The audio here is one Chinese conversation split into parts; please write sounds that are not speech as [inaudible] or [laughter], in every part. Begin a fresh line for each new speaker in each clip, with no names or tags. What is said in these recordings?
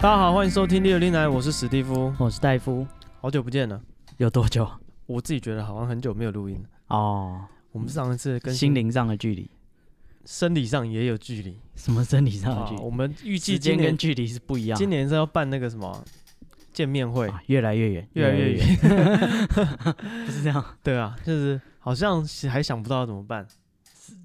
大家好，欢迎收听《六零来》，我是史蒂夫，
我是戴哦夫，
好久不见了。
[laughs] 有多久？
我自己觉得好像很久没有录音了。
哦，
我们上一次跟
心灵上的距离，
生理上也有距离
什么生理上的
啊
距。离？
我们预计
哦时
今
间
年
跟距离是不一样的，
今年是要办那个什么见面会，
啊越来越远，
越来越
越
远。
[laughs] 远，不是这样，
对啊，就是好像是还想不到怎么办，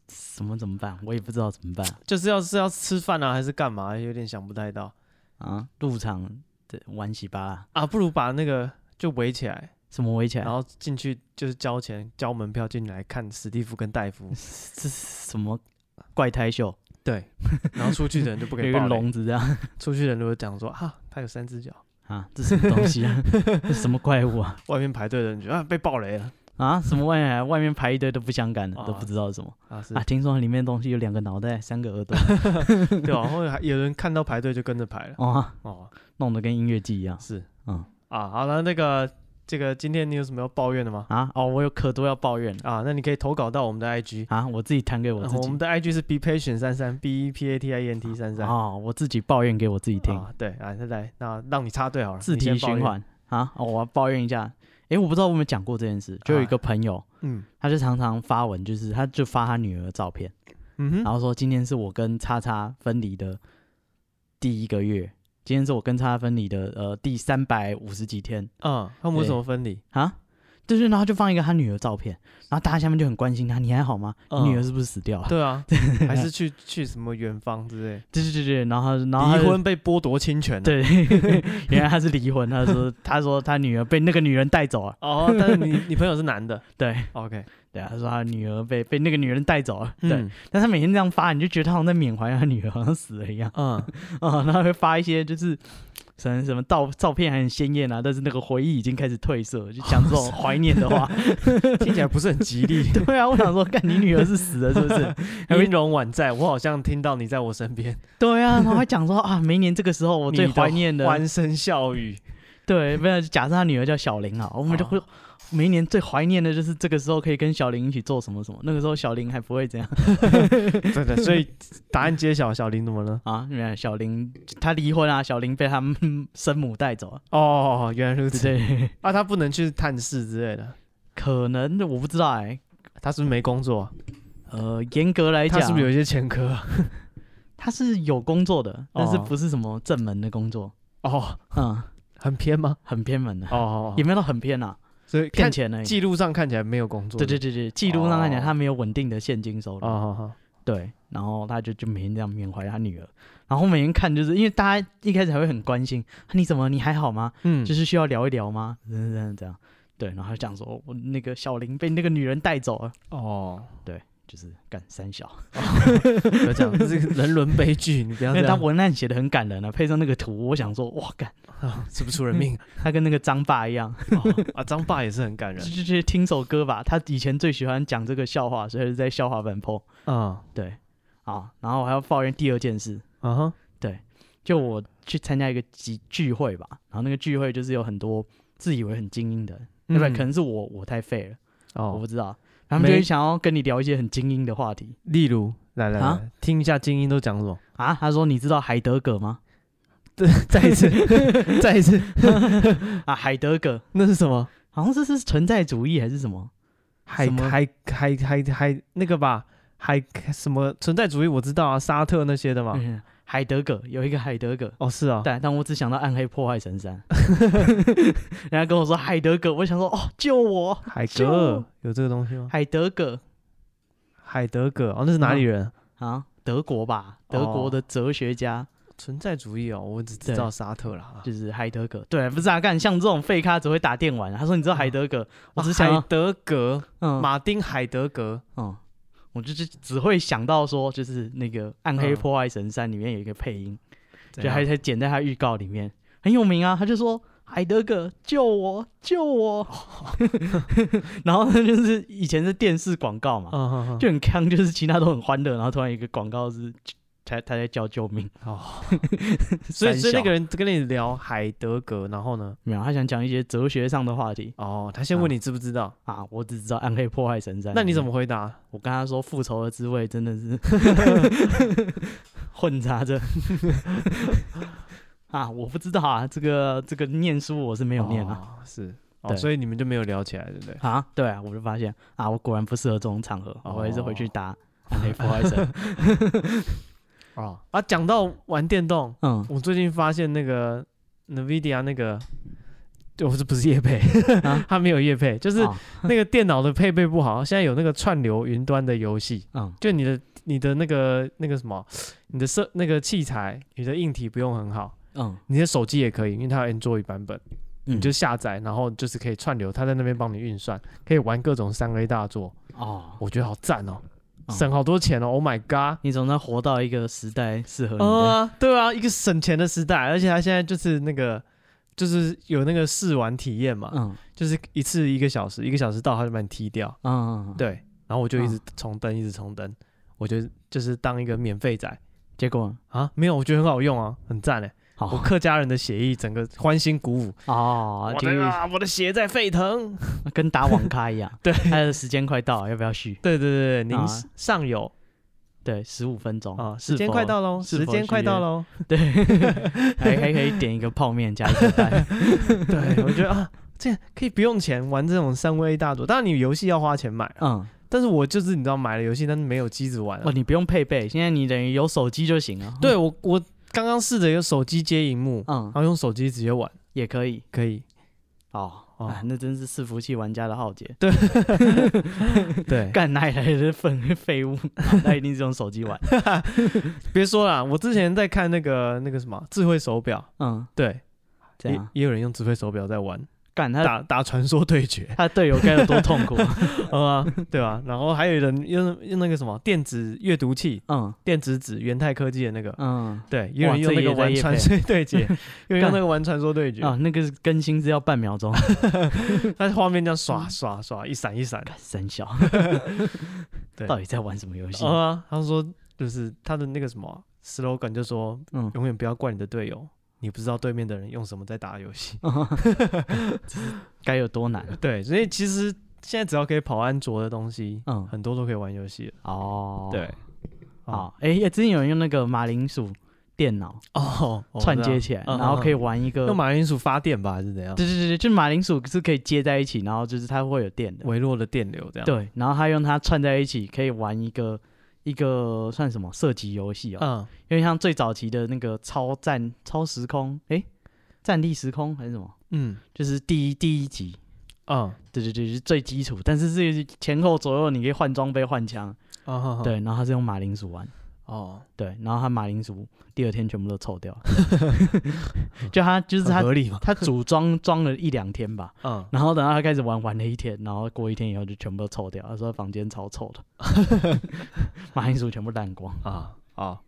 什么怎么办？我也不知道怎么办
就是要是要吃饭啊，还是干嘛，有点想不太到
啊！入场的玩洗吧啦，
啊。不如把那个就围起来，
什么围起来，
然？后进去就是交钱交门票进来看史蒂夫跟戴夫
这是什么怪胎秀？
对，然后出去的人就不
[laughs] 有
可
一
以
个
爆雷
笼子这样
出去的人都会讲说啊，他有三只脚。
啊？这什么东西 [laughs] 啊？这什么怪物啊？
外面排队的人觉得啊被爆雷了
啊？什么外面外面排一堆都不相干的，
啊
都不知道是什么
啊，
[laughs]
是
啊？听说里面东西有两个脑袋，三个耳 [laughs] 朵，
对啊，然后还有人看到排队就跟着排了
哇，
哦，
弄得跟音乐季一样。
是，
嗯
啊，好了，那个这个今天你有什么要抱怨的吗？
啊哦，我有可多要抱怨了
啊，那你可以投稿到我们的 IG，
啊！我自己弹给我
啊
自
我
己
们的 IG 是 be patient 三三 b e p a t i e n t 三三啊，
哦，我自己抱怨给我自己听，
对啊，再来，那让你插队好了，
自
你先
体
抱
循
怨，
环啊、哦我要抱怨一下，诶，我不知道我有没有讲过这件事，就
啊
有一个朋友，
嗯
他就常常发文，就是他就发他女儿的照片，
嗯
然
哼，
后说今天是我跟叉叉分离的第一个月，今天是我跟叉叉分离的呃第三百五十几天
嗯，他们为
对
什么分离？
啊。就是，然后就放一个他女儿的照片，然后大家下面就很关心他，你还好吗？
嗯
你女儿是不是死掉了？
对啊，还是去去什么远方之类，
[laughs] 对对对对，然后然后他就
离婚被剥夺侵权了，啊
对，原来他是离婚。他说，他说他女儿被那个女人带走了。
哦，但是你你朋友是男的
[laughs] 对
，OK，
对啊，他说他女儿被被那个女人带走了。对，
嗯
但他每天这样发，你就觉得他好像在缅怀他女儿，好像死了一样 [laughs]
嗯，
啊、然后会发一些就是什么什么照照片还很鲜艳啊，但是那个回忆已经开始褪色，就讲这种怀念的话。
听起来不是很吉
[laughs]
利。
对啊，我想说，干你女儿是死了是不是？
[laughs]
还会
音容宛在，我好像听到你在我身 [laughs] 边，
对啊，然后还讲说啊，每年这个时候我最
你的
怀念的，
欢声笑语。
对，不然假设他女儿叫小玲啊，我们就会、每一年最怀念的就是这个时候可以跟小玲一起做什么什么。那个时候小玲还不会这样
[laughs] 真的，所以答案揭晓，小林怎么了？
啊，原来小玲她离婚啊，小玲被他们生母带走啊了，
[laughs] 哦，原来如
对不
此。 [laughs]
对？
啊，他不能去探视之类的，
可能我不知道哎、
他是不是没工作啊？
呃，严格来
他
讲，
是不是有一些前科啊？
她是有工作的，但是
哦
不是什么正门的工作，
[laughs] 哦，
嗯，
很偏吗？
很偏门的，
哦哦，[laughs]
也
哦
没有到很偏啊，
所以
骗
看
钱而已。
记录上看起来没有工作。
对对对对，记录上来讲，
哦
他没有稳定的现金收入。
哦，哦哦，
对，然后他就就每天这样缅怀他女儿，然后每天看就是因为大家一开始还会很关心，啊、你怎么你还好吗？
嗯
就，是需要聊一聊吗？这样这样这样，对，然后他就讲说我那个小林被那个女人带走了，
哦，
就是干三小，
啊不要这 [laughs] 样，这是人伦悲剧，你不要
[laughs] 因
这
为他
[laughs] 样，
文案写的很感人啊，配上那个图，我想说哇干，
啊是不是出人 [laughs] 命
他跟那个张爸一样，
哦啊？张爸也是啊很感
就
人
[laughs] 就就听首歌吧，他以前最喜欢讲这个笑话，所以他就在笑话版 po，
啊
对，啊，然后我还要抱怨第二件事，
啊哈，
就我去参加一个集聚会吧，然后那个聚会就是有很多自以为很精英的人，对不对？
嗯
可能是我我太废了，
哦
我不，知道。他们就
没
会想要跟你聊一些很精英的话题
例如，来来
啊
来，听一下精英都讲什么。
啊。他说：“你知道海德格吗？ [laughs]
对，再一 [laughs] 次，再一次，
啊，海德格
那是什么？
好像这是存在主义还是什么？
海
什么
海海海海那个吧，海什么存在主义我知道啊，沙特那些的嘛。
嗯，海德格有一个海德格。”
哦，是啊，
但但我只想到暗黑破坏神山，
[laughs]
人家跟我说海德格，我想说哦，救我，
海格尔
就
有这个东西吗？
海德格
海德格尔哦，那是哪里人？
啊，德国吧，德
哦
国的哲学家，
存在主义哦，我只知
对
道沙特啦。
就是海德格，对，不是啊，干像这种废咖只会打电玩。啊他说你知道海德格，我只想
哦啊海
要，
德格，
嗯
马丁海德格
嗯，我就是只会想到说，就是那个《暗黑
嗯
破坏神三》里面有一个配音，
怎
就
样
还还剪在他预告里面，很有名啊。他就说海德格救我
[laughs]
救我， [laughs] 然后呢就是以前是电视广告嘛，
嗯嗯嗯
就很康，就是其他都很欢乐，然后突然有一个广告是他他在叫救命，
哦， [laughs] 所以所以那个人跟你聊海德格，然后呢，
没有，他想讲一些哲学上的话题
哦，他先问你知不知道，
啊。我只知道《暗黑破坏神三》，
那你怎
么？
么回答？
我跟他说复仇的滋
[laughs]
味真的是混杂着 [laughs] 啊，我不知道啊，这个这个念书我是没
没
有念啊。
是哦，
对
所以你们就没有聊起来，对不对？
[laughs] 啊，对啊，我就发现啊，我果然不适合这种场合，
哦
我还是回去打暗黑破坏神。
哦啊，讲到玩电动，
嗯
我最近发现那个 NVIDIA 那个，对，我这不是叶配，[laughs]
啊
它没有叶配， [laughs] 就是
哦
那个电脑的配备不好，现在有那个串流云端的游戏，
嗯
就你的你的那个那个什么，你的设那个器材，你的硬体不用很好，
嗯，
你的手机也可以，因为它有 Android 版本，
你
你就下载，然后就是可以串流，它在那边帮你运算，可以玩各种三 A 大作，
哦，
我觉得好赞哦，
哦
省好多钱哦，Oh my god！
你总能活到一个时代适合你的。
啊、对啊，一个省钱的时代，而且它现在就是那个。就是有那个试玩体验嘛，
嗯
就是一次一个小时，一个小时到它就把你踢掉，
嗯，，
对，然后我就一直
嗯
重登，一直重登，我觉得就是当一个免费仔
结果
啊，没有，我觉得很好用啊，很赞嘞！我
好
客家人的血液整个欢欣鼓舞，
哦，
我
这
的
个
啊，我的血在沸腾。
跟打网咖一样
[laughs] 。对
他的时间快到了，要不要续？
对对对对，您
啊
上游
对，十五分钟
啊，时
是
间
否
快到喽，
是
时
否
间快
续
到
约
喽。
对，还还可以点一个泡面加一个蛋。
[laughs] 对，我觉得啊，这样可以不用钱玩这种三 V 大作，当然你游戏要花钱买啊，
嗯，
但是我就是你知道买了游戏，但是没有机子玩啊
哦，。你不用配备，现在你等于有手机就行了。，
[laughs] 对我我刚刚试着用手机接荧幕，
嗯
然，后用手机直接玩，
也可以。
可
[laughs]
以。
哦，
哦
啊，那真是伺服器玩家的浩劫。
对，
[laughs] 干哪里来的粪
[laughs]
废物？那一定是用手机玩。
别说啦，我之前在看那个那个什么智慧手表，
嗯，
对，
这
也
样
也有人用智慧手表在玩，
干他
打打传说对决，
他队友该有
[laughs]
多痛苦？
啊，对吧？然后还有人用用那个什么电子阅读器、
嗯
电子纸，元泰科技的那个，
嗯
对，有
哇
人用那
这也
个
在
玩
业
传说对
[laughs]
决，有人用那个玩传说对决，
啊，那个更新是要半秒
[laughs]
钟，
但是画面这样刷刷刷，一闪一闪，
干三小
[laughs] 对。
到底在玩什么游戏？ [laughs]
啊，他说就是他的那个什么 slogan 就说
嗯，
永远不要怪你的队友，你不知道对面的人用什么在打游戏。 [laughs]
该有多难？
对，所以其实现在只要可以跑安卓的东西，
嗯
很多都可以玩游戏了。
哦，
对，
好，哎，也之前有人用那个马铃薯电脑
哦，我
串
知道
接起来，
嗯
然后可以
嗯嗯
玩一个
用马铃薯发电吧，还是怎样？
对对对对，就马铃薯是可以接在一起，然后就是它会有电的。
微弱的电流这样。，
对，然后它用它串在一起，可以玩一个一个算什么射击游戏哦，
嗯，
因为像最早期的那个超战超时空，诶，战地时空还是什么，
嗯
就是第一第一集，
嗯
对对对，就是最基础，但是是前后左右你可以换装备换枪，
哦，
对，然后它是用马铃薯玩，
哦，
对，然后它马铃薯第二天全部都臭掉了，就它就是
很
它
合理嘛。
它组装装了一两天吧，
嗯，
然后等到他开始玩，玩了一天，然后过一天以后就全部都臭掉。他说房间超臭的，
[laughs]
马铃薯全部烂光。
啊啊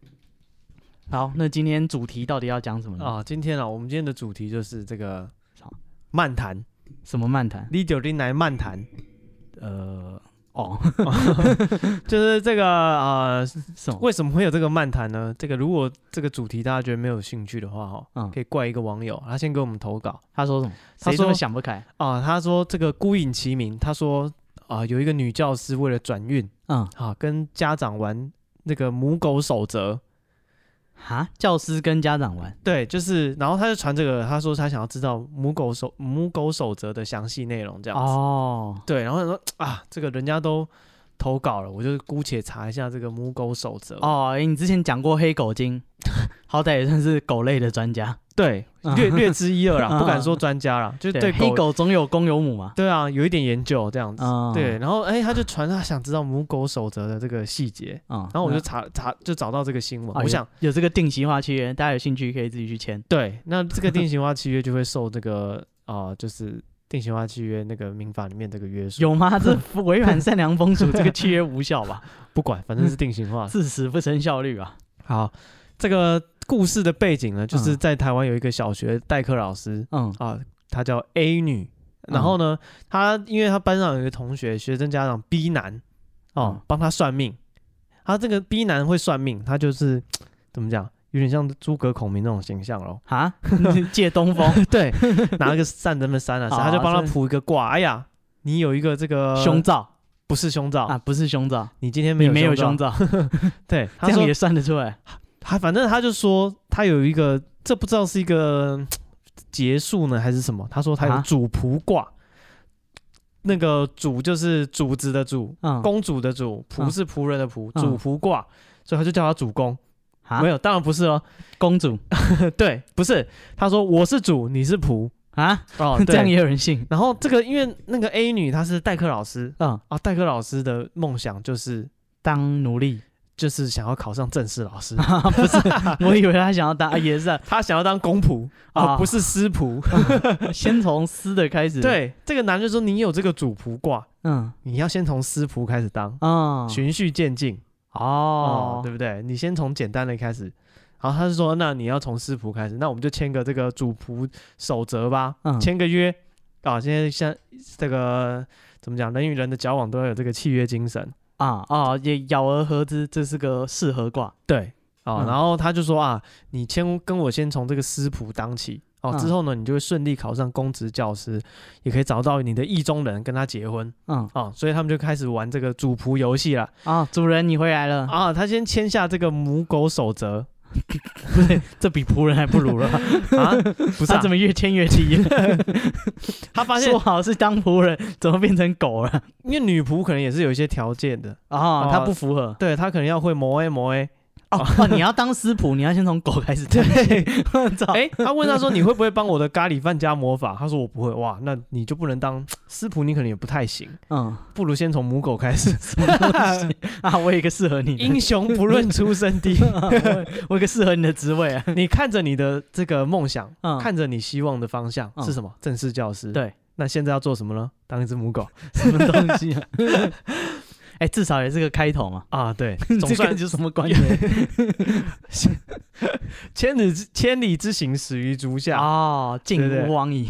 好，那今天主题到底要讲什么呢？
啊！今天啊，我们今天的主题就是这个
嗯好
漫谈
什么漫谈？
，leader 林来漫谈， [laughs]
呃，哦， [laughs]
就是这个呃，
什么？
为什么会有这个漫谈呢？这个如果这个主题大家觉得没有兴趣的话，哈、
嗯
可以怪一个网友，他先给我们投稿
他说什么？
他
谁这么
说
想不开？
啊、他说这个孤影其名，他说啊、有一个女教师为了转运
嗯，
啊，跟家长玩那个母狗守则，
哈，教师跟家长玩。
对，就是，然后他就传这个，他说他想要知道母狗守母狗守则的详细内容，这样子。
哦，
对，然后他说啊，这个人家都投稿了，我就姑且查一下这个母狗守则。哦，
哦，诶你之前讲过黑
[laughs]
狗精，好歹也算是狗类的专家。
对，略略知一二啦，不敢说
嗯
专家啦，就是
对，
对
黑
狗
狗总有公有母嘛。
对啊，有一点研究这样子。
嗯，
对，，然后哎，他就传他想知道母狗守则的这个细节，
嗯，
然后我就
那
查查就找到这个新闻。
哦
我想，
有有这个定型化契约，大家有兴趣可以自己去签。
对，那这个定型化契约就会受这个啊、呃就是定型化契约那个民法里面这个约束。
[laughs] 有
[laughs]
吗？这违反善良风俗，这个契约无效吧？
不管，反正
嗯
是定型化。
致死不生效率啊！
好，这个故事的背景呢，就是
嗯
在台湾有一个小学代课老师 [laughs]
嗯
啊，她叫 A 女，然后呢，她因为她班上有一个同学，学生家长 B 男哦
嗯，
帮她算命，她这个 B 男会算命，他就是怎么讲，有点像诸葛孔明那种形象咯。
[laughs] 啊，借东风，
对，拿个扇子那么扇
[laughs]
啊，
哦
他就帮他
是
卜一个卦。哎呀，你有一个这个
胸罩
不是胸罩，
啊，不是胸罩，
你今天呃没
你
有
没有
胸
胸
罩。
罩，
对，他
这样
说
也算得出来
他反正他就说他有一个这不知道是一个嗯结束呢还是什么？他说他有
啊
主仆卦，那个主就是主子的主，
嗯，
公主的主，仆
嗯
是仆人的仆，
嗯
主仆卦，所以他就叫他主公。
啊
没，有，当然不是哦。
公主
对，不是，他说我是主，你是仆
啊，
哦
[laughs] ，这样
对
也有人信？
然后这个因为那个 A 女她是代课老师
嗯，
啊，代课老师的梦想就是
当奴隶，
就是想要考上正式老师，
[laughs]
[laughs]
不是，我以为他想要当啊也是啊，
她想要当公仆啊，
啊
不是私仆。
嗯先从私的开始。，
对，这个男就说你有这个主仆卦，
嗯
你要先从私仆开始当，
啊，
循序渐进哦，
哦，
对不对？你先从简单的开始。然后他就说，那你要从私仆开始，那我们就签个这个主仆守则吧，
嗯
签个约啊。现在像这个怎么讲，人与人的交往都要有这个契约精神。
啊哦，也咬而合之，这是个四合卦。
对，哦，
嗯
然后他就说啊，你先跟我先从这个师仆当起，哦，
嗯
之后呢，你就会顺利考上公职教师，也可以找到你的意中人，跟他结婚，
嗯
哦，所以他们就开始玩这个主仆游戏了，
啊，主人你回来了，
啊，他先签下这个母狗守
[laughs]
则
这比仆人还不如了。
啊，不是、
他
啊
怎，么越签越低？ [laughs]
他发现
说，好是当仆人，怎么变成狗 [laughs] 了？
因为女仆可能也是有一些条件的，
哦，他
哦
不符合。
对他可能要会欸磨 A 磨 A，
哦，哇你要当私仆，你要先从狗开始当
对
起。我操！
哎、他问他说你会不会帮我的咖喱饭加魔法？他说我不会，哇，那你就不能当师仆，你可能也不太行，
[laughs] [laughs] 嗯，
不如先从母狗开
[laughs]
始。
什么东西 [laughs] 啊？我有一个适合你的，
英雄不论出身低，
[laughs] 我有一个适合你的职位 [laughs] 啊。
[laughs] 你看着你的这个梦想，
嗯，
看着你希望的方向
嗯
是什么？正式教师。
对，
那现在要做什么呢？当一只母狗
什么东西啊？ [laughs] 哎，至少也是个开头 [laughs] 嘛。
啊！对，总
这个
算
有什么关 [laughs] 系？
千里之千里之行，始于足下，
哦，
对
晋
对
吴王矣。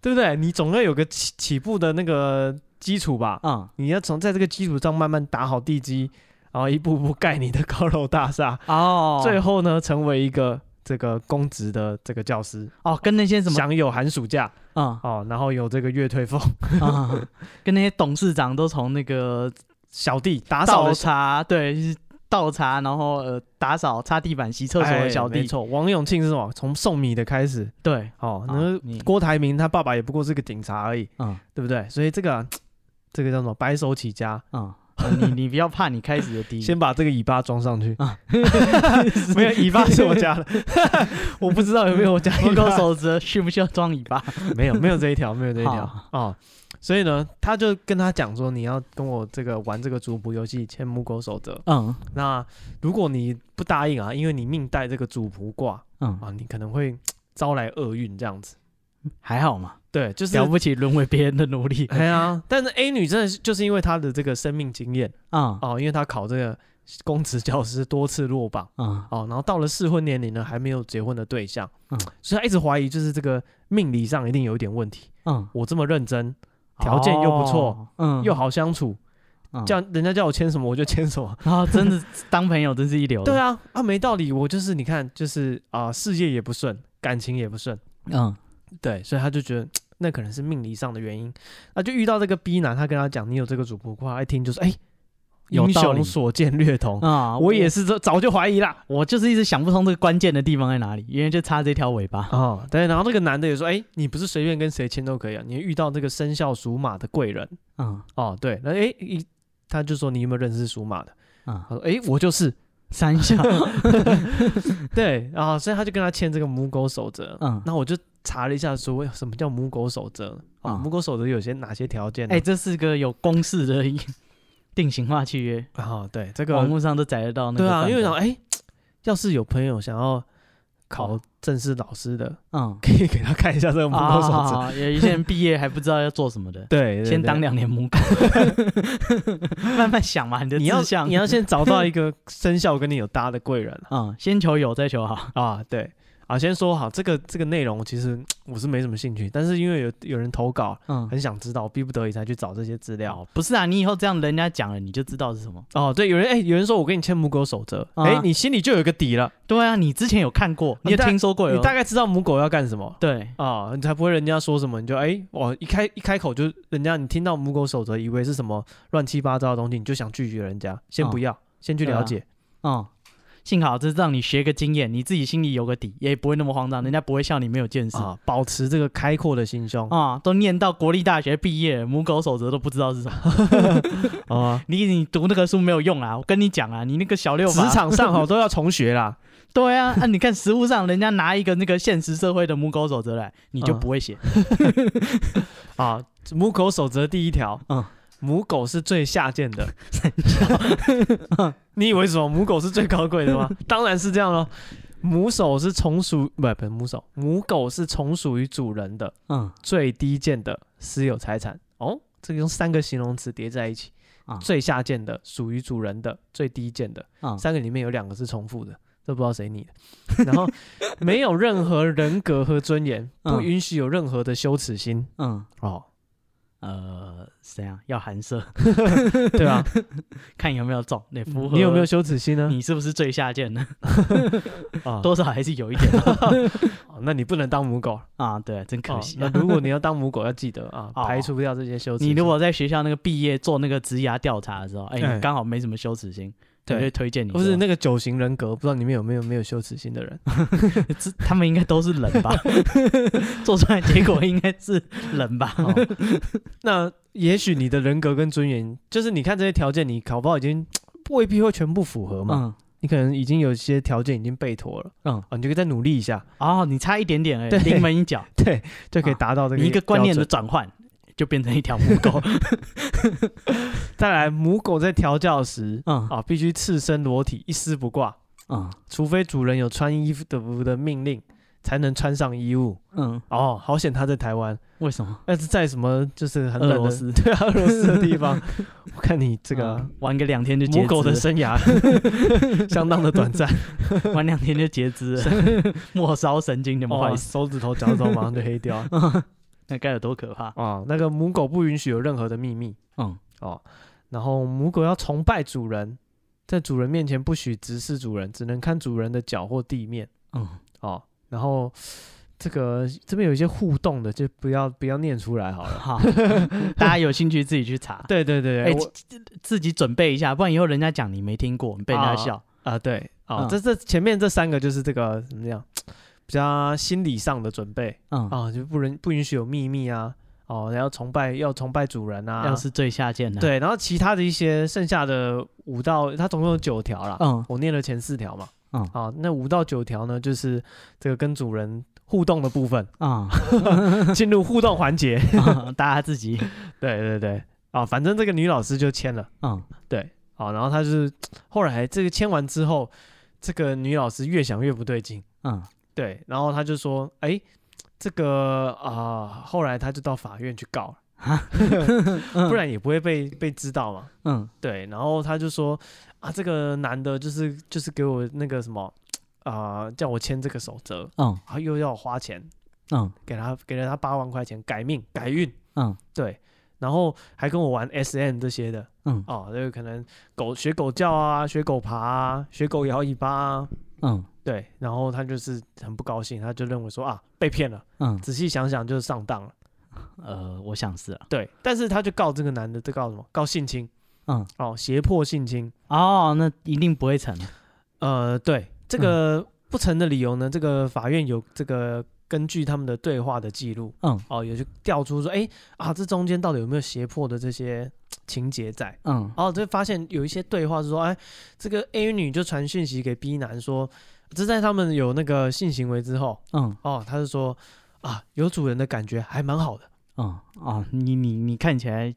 对不对？你总要有个起起步的那个基础吧？
嗯
你要从在这个基础上慢慢打好地基，然后一步步盖你的高楼大厦，
哦，
最后呢，成为一个这个公职的这个教师，
哦跟那些什么
享有寒暑假
啊
哦，然后有这个月退俸，
啊，跟那些董事长都从那个
[laughs] 小弟打扫
倒
的
茶，对，就是倒茶，然后呃打扫、擦地板、洗厕所的小
哎
弟
没，错，王永庆是什么？从送米的开始，
对，
哦，
啊
那
你
郭台铭他爸爸也不过是个警察而已，
嗯
对不对？所以这个啊这个叫什么？白手起家， [laughs]
嗯，呃你你不要怕，你开始的第一，
先把这个尾巴装上去。
啊 [laughs]
没有尾巴是我家的， [laughs] 我不知道有没有我家
我
尾
狗
巴，
手指需不需要装尾巴？
没有没有这一条，没有这一条
好
哦。所以呢，他就跟他讲说，你要跟我这个玩这个主仆游戏，签母狗守则。
嗯
那如果你不答应啊，因为你命带这个主仆卦
嗯，
啊，你可能会招来厄运这样子。
还好嘛，
对，就是
了不起沦为别人的奴隶
哎呀，但是 A 女真的是就是因为她的这个生命经验
啊
哦，因为她考这个公职教师多次落榜
啊
哦，然后到了适婚年龄呢，还没有结婚的对象，
嗯
所以她一直怀疑就是这个命理上一定有一点问题。
嗯，
我这么认真，条件又不错
哦，嗯，
又好相处，
嗯
叫人家叫我签什么我就签什么。
啊，真的当朋友真是一流
[laughs]
的，
对啊，啊没道理，我就是你看就是啊、事业也不顺，感情也不顺，
嗯
对，所以她就觉得。那可能是命理上的原因，那就遇到这个 B 男，他跟他讲你有这个主仆卦，一听就是哎、
有
英
道理
雄嗯所见略同，
啊，
我也是这早就怀疑啦。
我就是一直想不通这个关键的地方在哪里，因为就差这条尾巴。
哦，对，然后那个男的也说，哎、你不是随便跟谁签都可以啊，你遇到这个生肖属马的贵人
嗯
哦，对，那哎、一他就说你有没有认识属马的？
嗯
他，说，哎、我就是，[laughs]
三下，
对啊、所以他就跟他签这个母狗守则。
嗯，
那我就查了一下说，哎什么叫母狗守则？哦，
嗯
母狗守则有些哪些条件呢？
哎、这是个 [laughs] 有公式的一定型化契约，
啊、对，这
哎网
个
络上都载得到那个
对
范本。
啊，因为我想，哎、要是有朋友想要
哦
考正式老师的， [laughs]
嗯，
可以给他看一下这个母狗守则。，
啊，有一些人毕业还不知道要做什么
[laughs]
的
对，对
先
对
当两年母狗，
[laughs]
慢慢想嘛，你的
你要
志向。
你要先找到一
[laughs]
个生肖跟你有搭的贵人
嗯，先求有再求好。
啊，对啊，先说好这个这个内容，其实我是没什么兴趣，但是因为有有人投稿，
嗯，
很想知道，逼不得已才去找这些资料。
哦，不是啊，你以后这样人家讲了，你就知道是什么。
哦，对，有人哎、有人说我跟你签母狗守则，哎、
啊
你心里就有一个底了，
对啊，你之前有看过，
哦你
你有
大
听说过有
你大概知道母狗要干什么。
对，
啊，你才不会人家说什么，你就哎，我、一开一开口就人家，你听到母狗守则，以为是什么乱七八糟的东西，你就想拒绝人家，先不
哦
要，先去
对啊
了解，
嗯，幸好这是让你学个经验，你自己心里有个底，也不会那么慌张，人家不会笑你没有见识啊
啊，保持这个开阔的心胸
哦都念到国立大学毕业，母狗守则都不知道是什么。
啊。
你你读那个书没有用啊！我跟你讲啊，你那个小六
职
法
场上哈都要重学啦，
对啊， [laughs] 啊，你看实物上人家拿一个那个现实社会的母狗守则来，你就
嗯
不会写。
啊，母狗守则第一条，
嗯
母狗是最下贱的。 [laughs] 你以为什么？母狗是最高贵的
[laughs]
吗？当然是这样喽。母手是从属不不是母手，母狗是从属于主人的
嗯，
最低贱的私有财产。哦，这个用三个形容词叠在一起，
啊
最下贱的属于主人的最低贱的，
嗯
三个里面有两个是重复的，都不知道谁拟
[laughs]
的。然后没有任何人格和尊严，不
嗯
允许有任何的羞耻心。
嗯，
哦，
呃，怎样？要寒舍， [laughs]
[laughs] 对啊，
看有没有中，那符合
你有没有？羞耻心呢？
你是不是最下贱呢？
啊，
多少还是有
[laughs]
一点的
哦那你不能当母 [laughs] 狗，
啊。对，真可
哦
惜
那
啊。
如果你要当母狗，要记得啊，
哦
排除掉这些羞耻心。
你如果在学校那个毕业做那个职涯调查的时候，哎，
哎
你刚好没什么羞耻心，我就
对
会推荐你说。
不是那个九型人格，不知道里面有没有没有羞耻心的人
这他们应该都是人 [laughs] 吧？做出来结果应该是人吧？
哦。 [laughs] 那也许你的人格跟尊严，就是你看这些条件，你考不好已经未必会全部符合嘛。
嗯，
你可能已经有些条件已经被妥了，
嗯
啊，你就可以再努力一下， [laughs]
哦，你差一点点哎，
对
临门一脚，
对，就可以
啊
达到这个、
你一个观念的。转换就变成一条母狗。
再来，母狗在调教时
[laughs] 嗯
啊，必须赤身裸体，一丝不挂，
嗯
除非主人有穿衣服的的命令，才能穿上衣物。
嗯，
哦，好险他在台湾，
为什么？
那是在什么就是很冷
俄
的
罗
[laughs]
斯
对啊俄罗斯的地
[laughs]
方。我看你这个
嗯玩个两天就截
母
肢
狗的
了 [laughs]
生涯相当的短暂，
玩两天就截肢了， [laughs] 末梢神经怎么坏
哇，
死？
手指头、脚趾头马上就黑
[laughs]
掉了
哦那该有多可怕？
啊！那个母狗不允许有任何的秘密
嗯
哦，然后母狗要崇拜主人，在主人面前不许直视主人，只能看主人的脚或地面
嗯，
哦。然后这个这边有一些互动的，就不要不要念出来好
[laughs]
了。
好，大家有兴趣自己去 [laughs] 查，
对对对，
哎
对我
自己准备一下，不然以后人家讲你没听过，你被人家笑。
啊，对啊，
嗯
这这前面这三个就是这个怎么样，比较心理上的准备
嗯，
啊，就不能不允许有秘密啊，哦，然后崇拜要崇拜主人啊，
要是最下贱的，，
对，然后其他的一些剩下的五到，它总共有九条啦，
嗯
我念了前四条嘛，
嗯
啊，那五到九条呢，就是这个跟主人互动的部
[laughs]
分，
啊，
进入互动环节，
嗯大家自 [laughs] 己，
对对对，啊，反正这个女老师就签了。
嗯
对，好，然后他就是后来这个签完之后，这个女老师越想越不对劲，
嗯
对，然后他就说，哎，这个啊、后来他就到法院去告 [laughs] 了，不然也不会被被知道嘛，
嗯
对，然后他就说，啊，这个男的就是就是给我那个什么啊、叫我签这个守则，
嗯
然后又要我花钱，
嗯
给他给了他八万块钱改命改运，
嗯
对，然后还跟我玩 SM 这些的，
嗯
哦，就是可能狗学狗叫啊，学狗爬啊，学狗摇尾巴啊，
嗯
对，然后他就是很不高兴，他就认为说啊被骗了，
嗯，
仔细想想就是上当了，
呃，我想是啊，
对，但是他就告这个男的，这告什么？告性侵，
嗯，
哦，胁迫性侵，
哦，那一定不会成，
呃，对，这个不成的理由呢，这个法院有这个根据他们的对话的记录，
嗯
哦，也就调出说，哎啊，这中间到底有没有胁迫的这些情节在？
嗯
哦，就发现有一些对话是说，哎，这个 A 女就传讯息给 B 男说，这在他们有那个性行为之后，
嗯
哦，他就说啊，有主人的感觉还蛮好的，
嗯哦，你你你看起来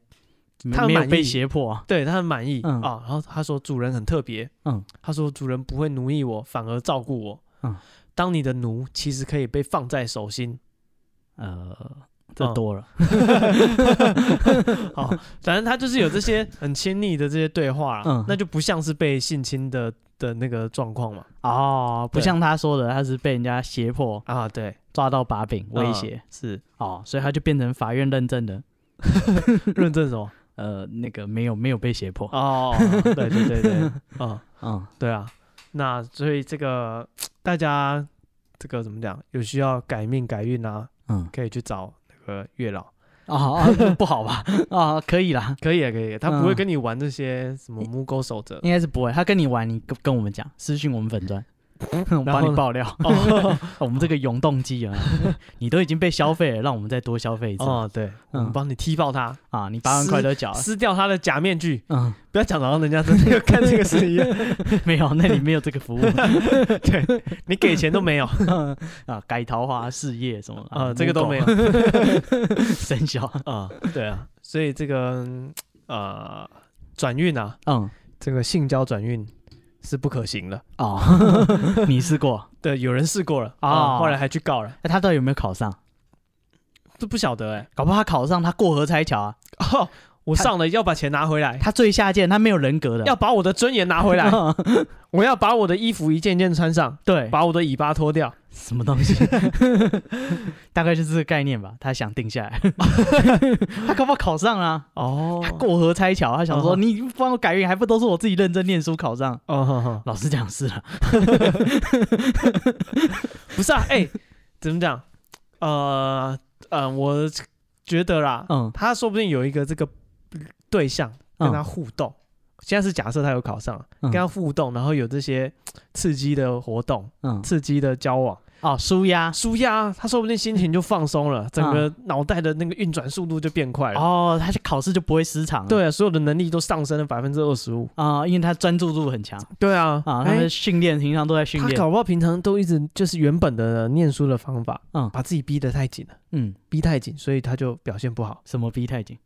没
他
没有
满
被
意
胁迫啊，
对他很满意啊、
嗯
然后他说主人很特别，
嗯，
他说主人不会奴役我，反而照顾我。
嗯，
当你的奴其实可以被放在手
[laughs]
心。
呃，这
嗯
多了，
好，哦反正他就是有这些很亲密的这些对话啦，
嗯
那就不像是被性侵的的那个状况嘛。
哦，不
对
像他说的，他是被人家胁迫
啊，对，
抓到把柄威
嗯
胁、
是
哦，所以他就变成法院认证的，
认证什
[laughs]
么？
呃，那个没有没有被胁迫，
哦，对对对对，啊、
嗯
对啊，那所以这个大家这个怎么讲？有需要改命改运啊，
嗯
可以去找那个月老，
嗯啊，不好吧？啊，可以啦，
可以啊，可以啊，他不会
嗯
跟你玩这些什么木狗守则。
应该是不会。他跟你玩，你跟跟我们讲，私讯我们
[laughs]
粉砖， [laughs] 我
然
帮
后
你
呢
爆料。
哦
[laughs] 我们这个永动机啊， [laughs] 你都已经被消费了，让我们再多消费一次
哦，对，
嗯
我们帮你踢爆他，
啊！你八万块都缴了，
撕掉他的假面具，
[laughs] 嗯， [laughs]
不要讲的像人家真 [laughs] 的要干这个事一样。
没有，那你没有这个服务 [laughs]
对你给钱都没有，
啊，改桃花、事业什么
啊这个都没有，
[laughs] 生肖，
[laughs] 啊、对啊，所以这个嗯呃转运啊，
嗯，
这个性交转运是不可行的。
哦， [laughs] 你试过？
对，有人试过了啊、
哦
后来还去告了，
那他到底有没有考上？
都不晓得哎、
搞不好他考上，他过河拆桥啊！
哦，我
他
上了要把钱拿回来，
他最下贱，他没有人格的，，
要把我的尊严拿回来
哦
我要把我的衣服一件件穿上，
[laughs] 对，
把我的尾巴脱掉。
什么东西？ [laughs] 大概就是这个概念吧。他想定下 [laughs] 来，他搞不好考上了、啊，
哦
他过河拆桥，他想说、
嗯
你帮我改运，还不都是我自己认真念书考上？
哦哼哼
老实讲啊是了、
不是啊，哎、怎么讲？呃呃，我觉得啦，
嗯
他说不定有一个这个对象跟他互动。现在是假设他有考上，
嗯
跟他互动，然后有这些刺激的活动、
嗯，
刺激的交往，
哦，舒压
舒压，他说不定心情就放松了，整个脑袋的那个运转速度就变快了。
嗯哦，他去考试就不会失常了。
对啊，所有的能力都上升了百分之二十五。
啊、因为他专注度很强
对啊，
啊，他
哎
们训练平常都在训
他
练，
搞不好平常都一直就是原本的念书的方法，
嗯
把自己逼得太紧了，
嗯，
逼太紧，所以他就表现不好，
什么逼太紧，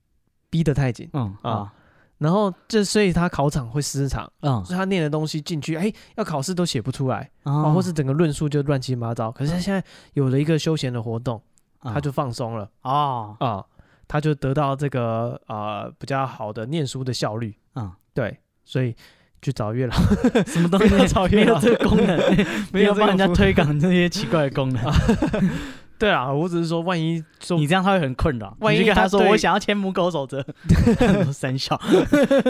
逼得太紧。
嗯啊
啊然后这所以他考场会失常，
嗯
所以他念的东西进去，哎，要考试都写不出来，啊，
啊
或是整个论述就乱七八糟。可是他现在有了一个休闲的活动，
啊
他就放松了
哦
啊，他就得到这个呃比较好的念书的效率。
嗯，
对，所以去找月老， [laughs]
什么东西
不要找
[laughs] 没
月
有
老
这个功能， [laughs] 没有帮人
这个
家
服务。
推广这些奇怪的功能。
对啊，我只是说，万一说
你这样他会很困扰。
万一
你就跟他
他
说
对
我想要签母狗
[laughs]
守则，三笑，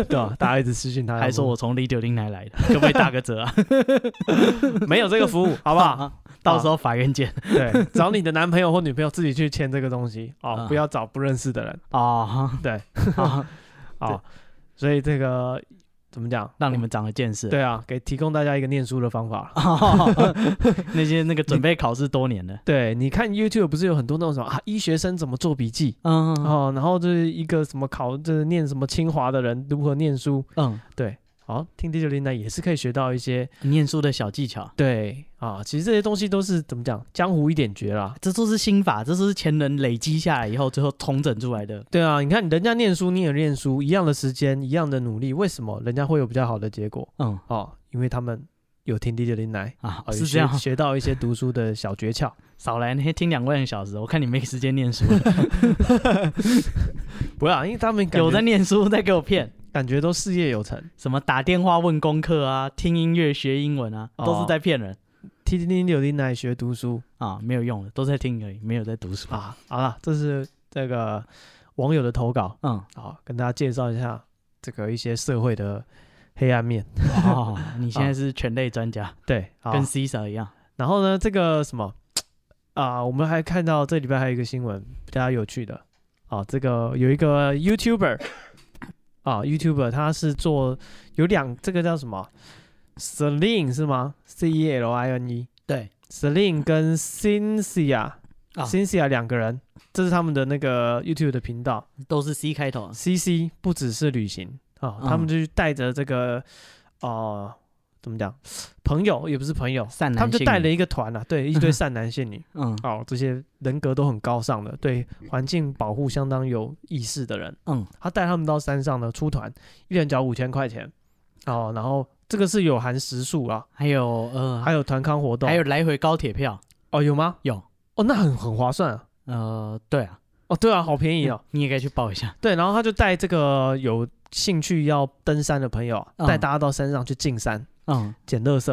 对 [laughs] 啊，大家一直私信他，
[laughs] 还说我从李九零来来的，可不可以打个折啊？
没有这个服务， [laughs] 好不
[laughs]
好？
到时候法
[laughs]
院见
对，找你的男朋友或女朋友自己去签这个东西哦，
啊
不要找不认识的人
[laughs] 哦，
对
啊，
[laughs] 哦。所以这个怎么讲？
让你们长了见识。
对啊，给提供大家一个念书的方法。
哦， [laughs] 那些那个准备考试多
[laughs]
年的，
对，你看 YouTube 不是有很多那种什么啊，医学生怎么做笔记
嗯
哦，然后就是一个什么考，就是念什么清华的人如何念书。
嗯，
好，听第九零呢也是可以学到一些
念书的小技巧，
对啊，其实这些东西都是怎么讲，江湖一点绝啦。
这都是心法，这都是前人累积下来以后最后重整出来的。
对啊，你看人家念书，你也念书，一样的时间，一样的努力，为什么人家会有比较好的结果？
嗯
哦，因为他们有听第九零来，
啊，
哦有
是
学
这样，
学到一些读书的小诀窍。
少来那些听两万个小时，我看你没时间念书，
不啊要、因为他们 [laughs] 感觉
有在念书在给我骗。
感觉都事业有成，
什么打电话问功课啊，听音乐学英文啊，
哦
都是在骗人、
听听九零来学读书
啊，没有用的，都在听而已，没有在读书。
啊。好啦，这是这个网友的投稿
[laughs] 嗯，
啊，跟大家介绍一下这个一些社会的黑暗面。
哦，你现在是犬类专 [laughs] 家，
对，好
跟 C a 一样。
然后呢，这个什么啊、我们还看到这礼拜还有一个新闻比较有趣的啊，这个有一个 YouTuber 啊，YouTuber 他是做有两这个叫什么 Celine 是吗？C E L I N E
对，
Celine 跟 Cynthia、
啊
Cynthia 两个人，这是他们的那个 YouTube 的频道。
都是 C 开头。
CC 不只是旅行啊，
嗯
他们就是带着这个呃，怎么讲，朋友也不是朋友，
善男
他们就
信
带
女
了一个团啊，
[laughs]
对，一堆善男信女，
嗯
哦，这些人格都很高尚的，对环境保护相当有意识的人，
嗯，
他带他们到山上呢出团，一人缴五千块钱，哦，然后这个是有含食宿啊，
还有呃，
还有团康活动，
还有来回高铁票
哦有吗？
有。
哦，那很很划算啊，
呃，对啊，嗯
哦对啊，好便宜哦，
你也该去报一下。
对，然后他就带这个有兴趣要登山的朋友啊，
嗯
带大家到山上去进山
嗯
捡垃圾。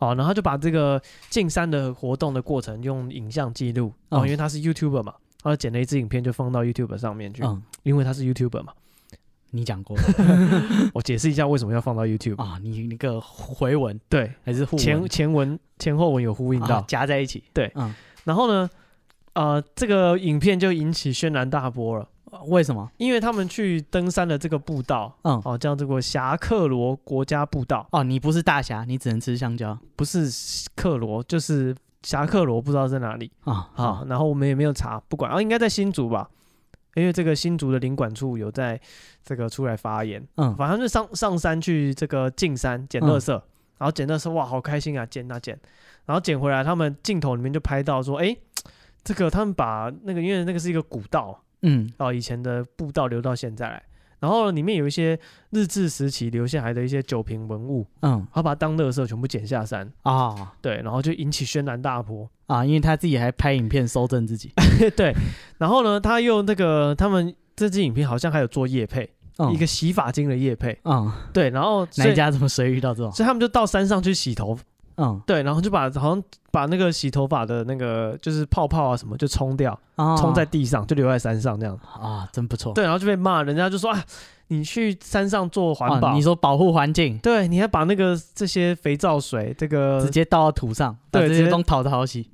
哦，然后他就把这个进山的活动的过程用影像记录，哦，
嗯
因为他是 YouTuber 嘛，他就剪了一支影片就放到 YouTuber 上面去，
嗯，
因为他是 YouTuber
[laughs]
嘛。
你讲 [laughs] 过
我解释一下为什么要放到 YouTube，、
啊，你那个回文
对，
还是互文
前前文前后文有呼应到。
啊夹在一起。
对
嗯
然后呢，呃，这个影片就引起轩然大波了。
呃为什么？
因为他们去登山的这个步道，
嗯，
哦，叫这个侠克罗国家步道，
哦，你不是大侠，你只能吃香蕉
不是克罗就是侠克罗，不知道在哪里。
啊。
好，，然后我们也没有查，不管啊，应该在新竹吧，因为这个新竹的领管处有在这个出来发言，
嗯
反正就上上山去这个进山捡垃
嗯
圾，然后捡垃圾哇，好开心啊，捡啊捡，然后捡回来，他们镜头里面就拍到说，哎，这个他们把那个因为那个是一个古道，
嗯
哦，以前的步道留到现在来。然后里面有一些日治时期留下来的一些酒瓶文物，
嗯
他把它当垃圾全部捡下山，
啊
对，然后就引起轩然大波。
啊，因为他自己还拍影片收正
[laughs]
自己。
对，然后呢，他用那个他们这支影片好像还有做叶配，
嗯
一个洗发精的叶配，
嗯，
对，然后所
[laughs] 哪
以
一家怎么谁遇到这种？
所以他们就到山上去洗头，
嗯
对，然后就把好像把那个洗头发的那个就是泡泡啊什么就冲掉，
啊，
冲在地上，就留在山上这样。
啊，真不错。
对，然后就被骂，人家就说啊，你去山上做环保，
啊，你说保护环境，
对，你还把那个这些肥皂水，这个
直接倒到土上，把
呃对
这
直
些
接
东淘
[laughs]
淘洗。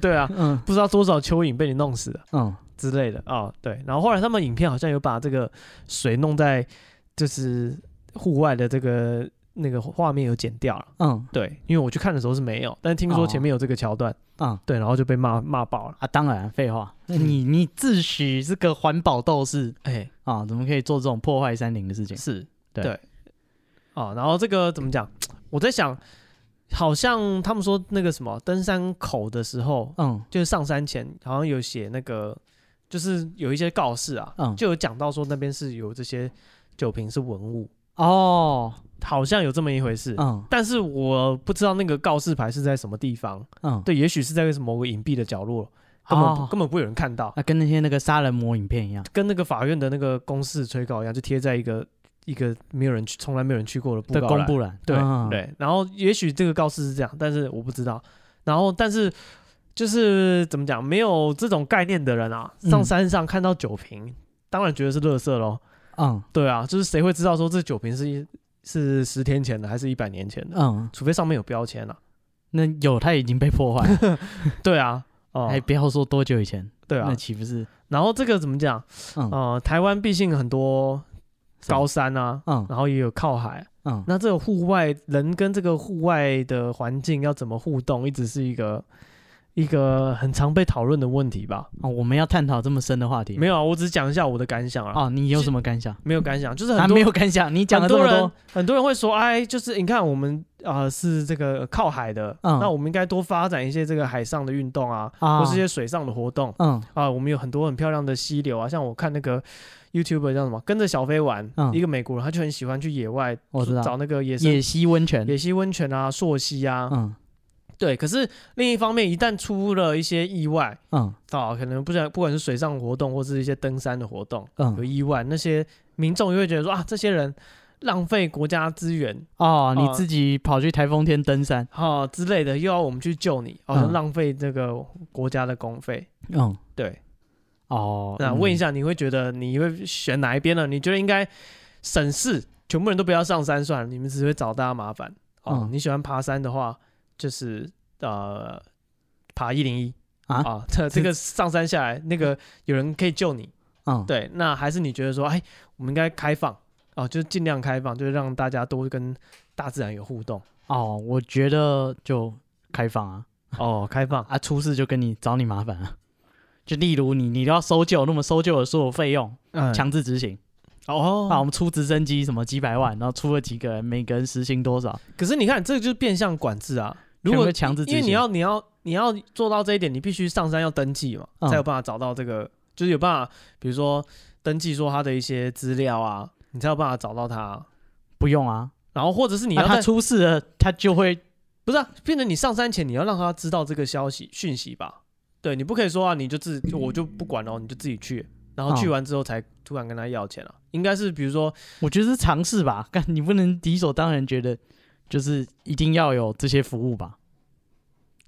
对啊，
嗯
不知道多少蚯蚓被你弄死了。
嗯
之类的啊、对。然后后来他们影片好像有把这个水弄在就是户外的这个那个画面有剪掉了，
嗯
对，因为我去看的时候是没有，但听说前面有这个桥段，
嗯
对，然后就被骂骂爆了，
啊，当然废话，
嗯
你你自诩是个环保斗士
哎，
啊，怎么可以做这种破坏山林的事情？
是
对
对，啊，然后这个怎么讲？我在想，好像他们说那个什么登山口的时候，
嗯
就是上山前好像有写那个，就是有一些告示啊，
嗯
就有讲到说那边是有这些酒瓶是文物，
哦
好像有这么一回事，
嗯
但是我不知道那个告示牌是在什么地方。
嗯，
对，也许是在某个隐蔽的角落，根本、
哦
根本不会有人看到，
啊，跟那些那个杀人魔影片一样。
跟那个法院的那个公示催告一样，就贴在一个一个没有人去，从来没有人去过的布
的
告
公
栏
布栏，
对、
嗯，
对，然后也许这个告示是这样，但是我不知道。然后，但是就是怎么讲，没有这种概念的人啊，上
嗯
山上看到酒瓶，当然觉得是垃圾咯。
嗯
对啊，就是谁会知道说这酒瓶是是十天前的还是一百年前的？
嗯，
除非上面有标签啊。
那有他已经被破坏了，
对啊，哦、
还不要说多久以前，
对啊
那。岂不是？
然后这个怎么讲？
嗯
呃，台湾毕竟很多
什么
高山啊，
嗯
然后也有靠海。
嗯，
那这个户外人跟这个户外的环境要怎么互动，一直是一个一个很常被讨论的问题吧？
哦，我们要探讨这么深的话题，
没
有
有啊，我只讲一下我的感想啊，
哦，你有什么感想？
没有感想，就是
啊，
很多
没有感想，你讲了
很
这
多
么
人
多，
很多人会说，哎，就是你看我们啊、是这个靠海的，
嗯
那我们应该多发展一些这个海上的运动啊，
啊
或是一些水上的活动。
嗯
啊，我们有很多很漂亮的溪流啊，像我看那个 YouTuber 叫什么，跟着小飞玩，
嗯
一个美国人，他就很喜欢去野外，
我知道
找那个野生
野溪温泉，
野溪温泉啊、溯溪啊，
嗯
对。可是另一方面，一旦出了一些意外
嗯
啊，可能不然不管是水上活动或是一些登山的活动有
嗯，
意外，那些民众就会觉得说啊，这些人浪费国家资源哦
哦，你自己跑去台风天登山，
啊之类的，又要我们去救你，好、像
嗯
浪费这个国家的公费。
嗯，
对，
哦，
那
嗯
啊问一，下，你会觉得你会选哪一边呢？你觉得应该省事，全部人都不要上山算了，你们只会找大家麻烦。哦，
嗯
你喜欢爬山的话，就是呃，爬一零一
啊
啊，这这个上山下来，那个有人可以救你。
嗯，
对，那还是你觉得说，哎，我们应该开放哦，就是尽量开放，就是让大家多跟大自然有互动。
哦，我觉得就开放啊，
哦，开放
啊，出事就跟你找你麻烦啊。 [laughs] 就例如你，你都要搜救，那么搜救的所有费用
嗯
强制执行。
哦
啊，我们出直升机什么几百万，然后出了几个人，每个人时薪多少？
可是你看，这个就是变相管制啊。如
全部
果
都强制执
因为你
行
要你要你要做到这一点，你必须上山要登记嘛，
嗯
才有办法找到这个，就是有办法，比如说登记说他的一些资料啊，你才有办法找到他。
不用啊，
然后或者是你
你
要在、
他出事了，他就会
不是啊，变成你上山前你要让他知道这个消息讯息吧？对你不可以说啊，你就自就我就不管哦，你就自己去，然后去
嗯
完之后才突然跟他要钱啊。应该是比如说
我觉得是尝试吧， [laughs] 但你不能理所当然觉得就是一定要有这些服务吧？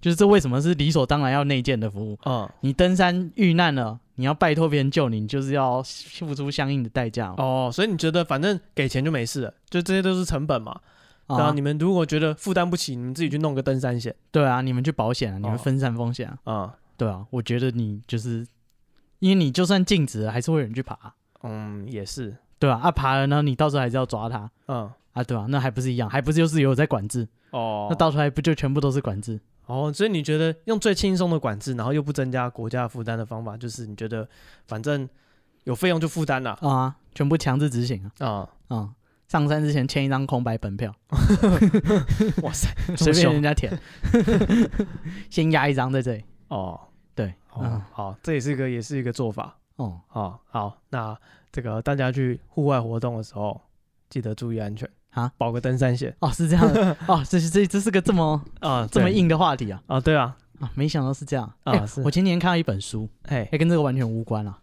就是这为什么是理所当然要内建的服务？
嗯
你登山遇难了，你要拜托别人救你，你就是要付出相应的代价嘛。
哦，所以你觉得反正给钱就没事了，就这些都是成本嘛。
哦
对啊，你们如果觉得负担不起，你们自己去弄个登山险
对啊，你们去保险啊，你们
哦
分散风险啊。
啊、
对啊，我觉得你就是因为你就算禁止了，还是会有人去爬，
嗯，也是，
对吧、啊？爬了，然后你到时候还是要抓他
嗯，
啊，对吧、那还不是一样，还不是就是有在管制？
哦，
那到头来不就全部都是管制？
哦，所以你觉得用最轻松的管制，然后又不增加国家负担的方法，就是你觉得反正有费用就负担了
啊，全部强制执行啊！
啊、
啊、上山之前签一张空白本票，
[laughs] 哇
[laughs]
塞，这么
随便
凶
人家填， [laughs] 先压一张在这里。
哦，
对，
哦
嗯
好，这也是一个也是一个做法
哦，
哦。好，那这个大家去户外活动的时候，记得注意安全
啊，
保个登山鞋
哦，是这样的，哦，这是这这是个这么
啊，
这么
对
硬的话题啊
啊，对啊，
啊！没想到是这样
啊
哎
是
我前几天看到一本书，
哎
哎，跟这个完全无关啊，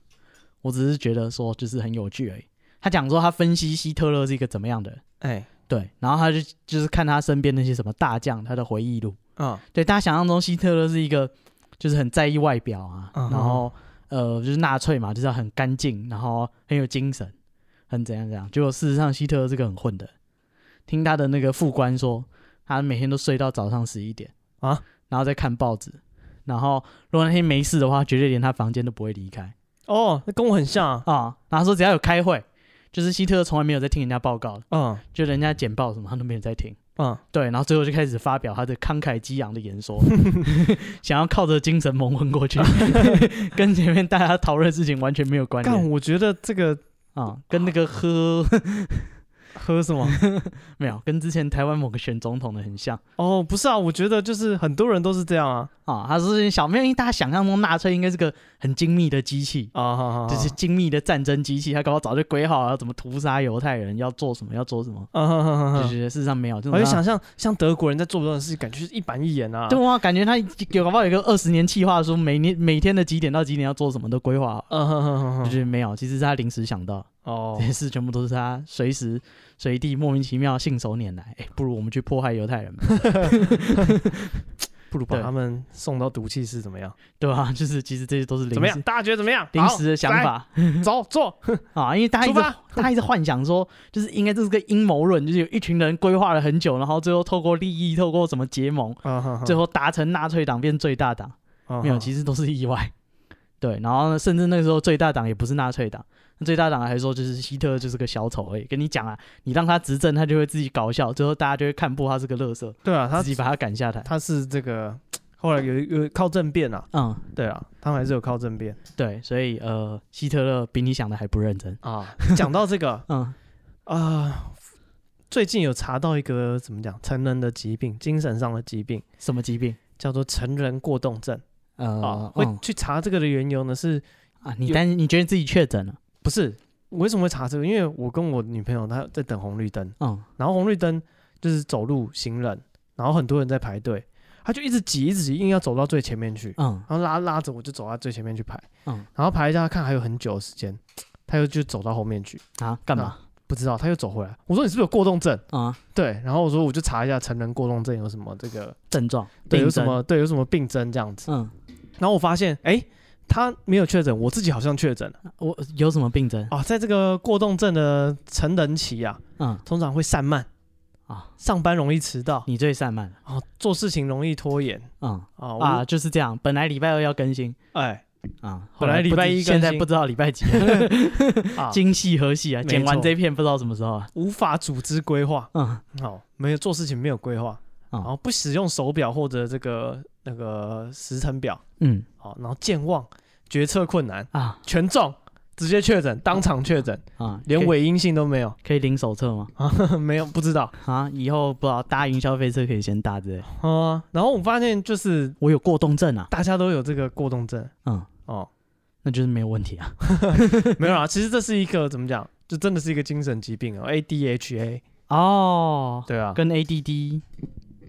我只是觉得说就是很有趣而已。他讲说他分析希特勒是一个怎么样的人，
哎，
对，然后他就就是看他身边那些什么大将，他的回忆录，
嗯
对，大家想象中希特勒是一个就是很在意外表啊，
嗯哼
然后呃就是纳粹嘛，就是要很干净，然后很有精神，很怎样怎样。结果事实上希特勒是个很混的，听他的那个副官说，他每天都睡到早上十一点
啊，
然后再看报纸。然后，如果那天没事的话，绝对连他房间都不会离开
哦，那跟我很像啊，
啊、然后他说只要有开会，就是希特勒从来没有在听人家报告的，
嗯
就人家简报什么他都没有在听。
嗯，
对，然后最后就开始发表他的慷慨激昂的
[laughs]
演说，想要靠着精神蒙混过去，跟前面大家讨论的事情完全没有关
干，
联
我觉得这个
啊，跟那个喝
[laughs] 喝什么？
没有，跟之前台湾某个选总统的很像
哦，不是啊，我觉得就是很多人都是这样啊
啊。他是小妹，因为大家想象中纳粹应该是个很精密的机器，
啊，好好好
就是精密的战争机器，他搞不好早就规划好要怎么屠杀犹太人，要做什么，要做什么，
啊哈哈哈哈
就是事实上没有。这种
我
啊
就
让
想象像德国人在做这种事情，感觉是一板一眼啊。
对啊，感觉他有搞不好有一个二十年计划，说每年每天的几点到几点要做什么都规划好。
嗯哼哼哼
就
哼，
是没有，其实是他临时想到
哦
[laughs] 这，些事，全部都是他随时随地莫名其妙信手拈来。哎，不如我们去迫害犹太人吧，
不如把
对
他们送到毒气室怎么样？
对吧、 [laughs] 就是其实这些都是
怎么
临
样？
时
大家觉得怎么样？
临
好
时的想，法
来走做。
啊，因为大家一
出
[laughs] 直
发
大家一直幻想说，就是应该这是个阴谋论，就是有一群人规划了很久，然后最后透过利益，透过什么结盟，最
后
后达成纳粹党变最大党。没有，
嗯
其实都是意外。对，然后呢，甚至那个时候最大党也不是纳粹党，那最大党还说就是希特勒就是个小丑而已。跟你讲啊，你让他执政，他就会自己搞笑，最后大家就会看破他是个乐色，
对啊，他
自己把他赶下台。
他是这个后来有有靠政变啊，
嗯，
对啊，他们还是有靠政变
对，所以呃，希特勒比你想的还不认真。
啊。讲到这个 [laughs]
嗯，
啊，最近有查到一个怎么讲成人的疾病，精神上的疾病。
什么疾病？
叫做成人过动症啊
呃，，
会
嗯
去查这个的缘由呢，是
啊，你担你觉得自己确诊了？
不是我为什么会查这个？因为我跟我女朋友她在等红绿灯，
嗯，
然后红绿灯就是走路行人，然后很多人在排队，她就一直挤，一直挤，硬要走到最前面去，
嗯，
然后拉拉着我就走到最前面去排，
嗯
然后排一下看还有很久的时间，她又就走到后面去，
啊，干嘛？
不知道她又走回来，我说你是不是有过动症？
啊，
对，然后我说我就查一下成人过动症有什么这个
症状？
对
嗯病
有什
症？
么对有什么病症这样子，
嗯，
然后我发现哎。她没有确诊，我自己好像确诊了。
我有什么病症？
[laughs] 啊，在这个过动症的成人期啊，
嗯
通常会散漫
啊，
上班容易迟到
你最散漫了。
啊，做事情容易拖延
嗯
啊我
啊，就是这样。本来礼拜二要更新，
哎
啊，
本来
后
礼拜
不知
一更
现在
新
不知道礼拜几，
[laughs] 啊，
精细和细啊，
没
剪完
错
这片不知道什么时候啊。
无法组织规划，
嗯，
好，没有做事情没有规划，
啊
然后不使用手表或者这个那个时程表，
嗯
好，然后健忘，决策困难，
啊
全中。直接确诊，当场确诊，
啊，
连
可以
伪阴性都没有， [laughs]
可以领手册吗？
没有不知道
啊，以后不知道搭云霄飞车可以先搭之类。
啊。然后我发现就是
我有过动症啊，
大家都有这个过动症
嗯，
哦，
那就是没有问题啊。 [laughs]
没有啊，其实这是一个怎么讲，就真的是一个精神疾病哦，ADHA，
哦，
对啊，
跟 ADD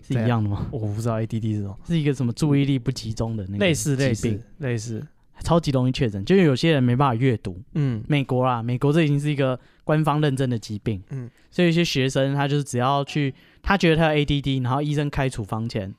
是
对啊
一样的吗？
我不知道 ADD 是什么，
是一个什么注意力不集中的那个
类似类
疾病
似类似，
超级容易确诊，就是有些人没办法阅读。
嗯
美国啦，美国这已经是一个官方认证的疾病，
嗯
嗯，所以有些学生他就是只要去，他觉得他有 ADD，然后医生开处方前，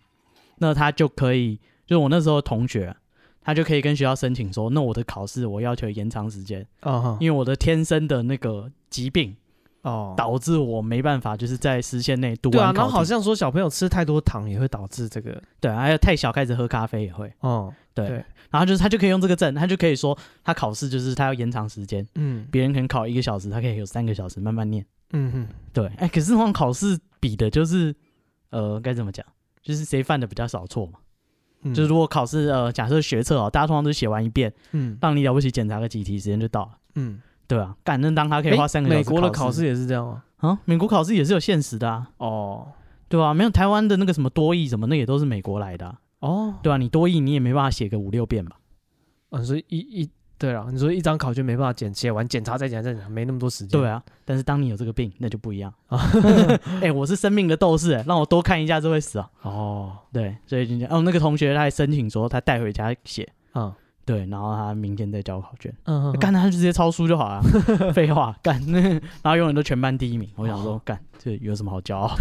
那他就可以，就是我那时候的同学，他就可以跟学校申请说，那我的考试我要求延长时间，
啊哈，
因为我的天生的那个疾病
哦，
导致我没办法就是在时限内读
对啊
完，
然
考
后
题。
好像说小朋友吃太多糖也会导致这个，
对，啊还有太小开始喝咖啡也会。
哦，
对，
对
然后就是他就可以用这个证，他就可以说他考试就是他要延长时间，
嗯
别人可能考一个小时，他可以有三个小时慢慢念。
嗯嗯，
对，哎，可是那种考试比的就是，呃，该怎么讲？就是谁犯的比较少错嘛。
嗯
就是如果考试，呃，假设学测哦，大家通常都写完一遍，
嗯
让你了不起检查个几题，时间就到了，
嗯，
对啊，反正当他可以
诶
花三个小
美
时。
国的考试也是这样吗？
啊，美国考试也是有限时的啊，
哦
对吧、没有台湾的那个什么多译什么，那也都是美国来的、啊，
哦，
对吧、你多译你也没办法写个五六遍吧？
啊你说一一对了，你说一张考卷没办法检写完，检查再检查再检查，没那么多时间。
对啊，但是当你有这个病，那就不一样啊。哎、我是生命的斗士、哎让我多看一下就会死啊。
哦，
对，所以就这样哦，那个同学他还申请说他带回家写，
嗯
对，然后他明天再交考卷。
嗯，嗯
干、他就直接抄书就好了，废话，干，然后永远都全班第一名。我想说，干、这有什么好骄傲？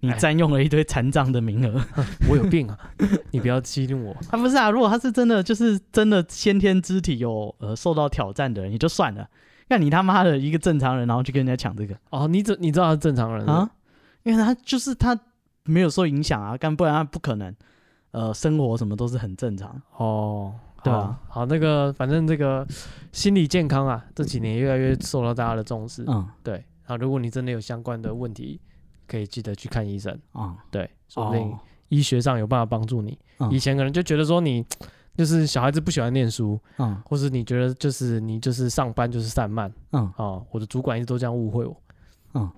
你
哎
占用了一堆残障的名额。
我有病啊！你不要激怒我。
他、不是啊，如果他是真的就是真的先天肢体有呃受到挑战的人，也就算了。那你他妈的一个正常人，然后去跟人家抢这个
哦，你怎你知道他是正常人
啊
啊？？
因为他就是他没有受影响啊，干不然他不可能呃生活什么都是很正常。
哦，
对
好
啊。
好，那个反正这个心理健康啊，这几年越来越受到大家的重视。
嗯
对啊，如果你真的有相关的问题，可以记得去看医生。
啊，
对，说
哦
不定医学上有办法帮助你。
嗯
以前可能就觉得说你就是小孩子不喜欢念书，
嗯
或是你觉得就是你就是上班就是散漫
嗯，
啊、我的主管一直都这样误会我。
嗯，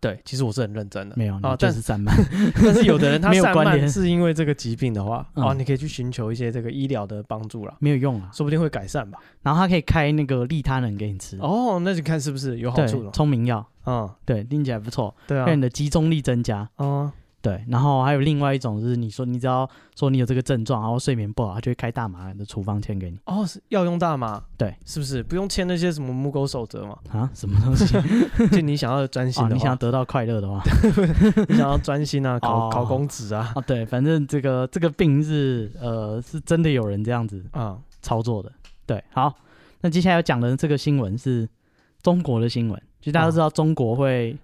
对，其实我是很认真的。
没有，
啊
你，就
但
是散漫。
[laughs] 但是有的人他
没有
散
关
漫
联
是因为这个疾病的话，
嗯
哦，你可以去寻求一些这个医疗的帮助啦，
[laughs] 没有用啊。
说不定会改善吧。
然后他可以开那个利他能给你吃，
哦，那就看是不是有好处
嗯对，
了。
聪明药，
嗯，
对，听起来不错，
对啊
让，你的集中力增加。
嗯，
对，然后还有另外一种就是，你说你只要说你有这个症状，然后睡眠不好，他就会开大麻的处方签给你
哦，是要用大麻，
对，
是不是不用签那些什么母狗守则嘛？
[laughs] 啊，什么东西啊？
就你想要专心的
[laughs] 你想
话
要，得到快乐的话
[laughs] 你想要专心啊，考
哦
考公职啊，
啊，对，反正这个这个病是呃是真的有人这样子
啊，
操作的。对，好，那接下来要讲的这个新闻是中国的新闻，就大家都知道中国会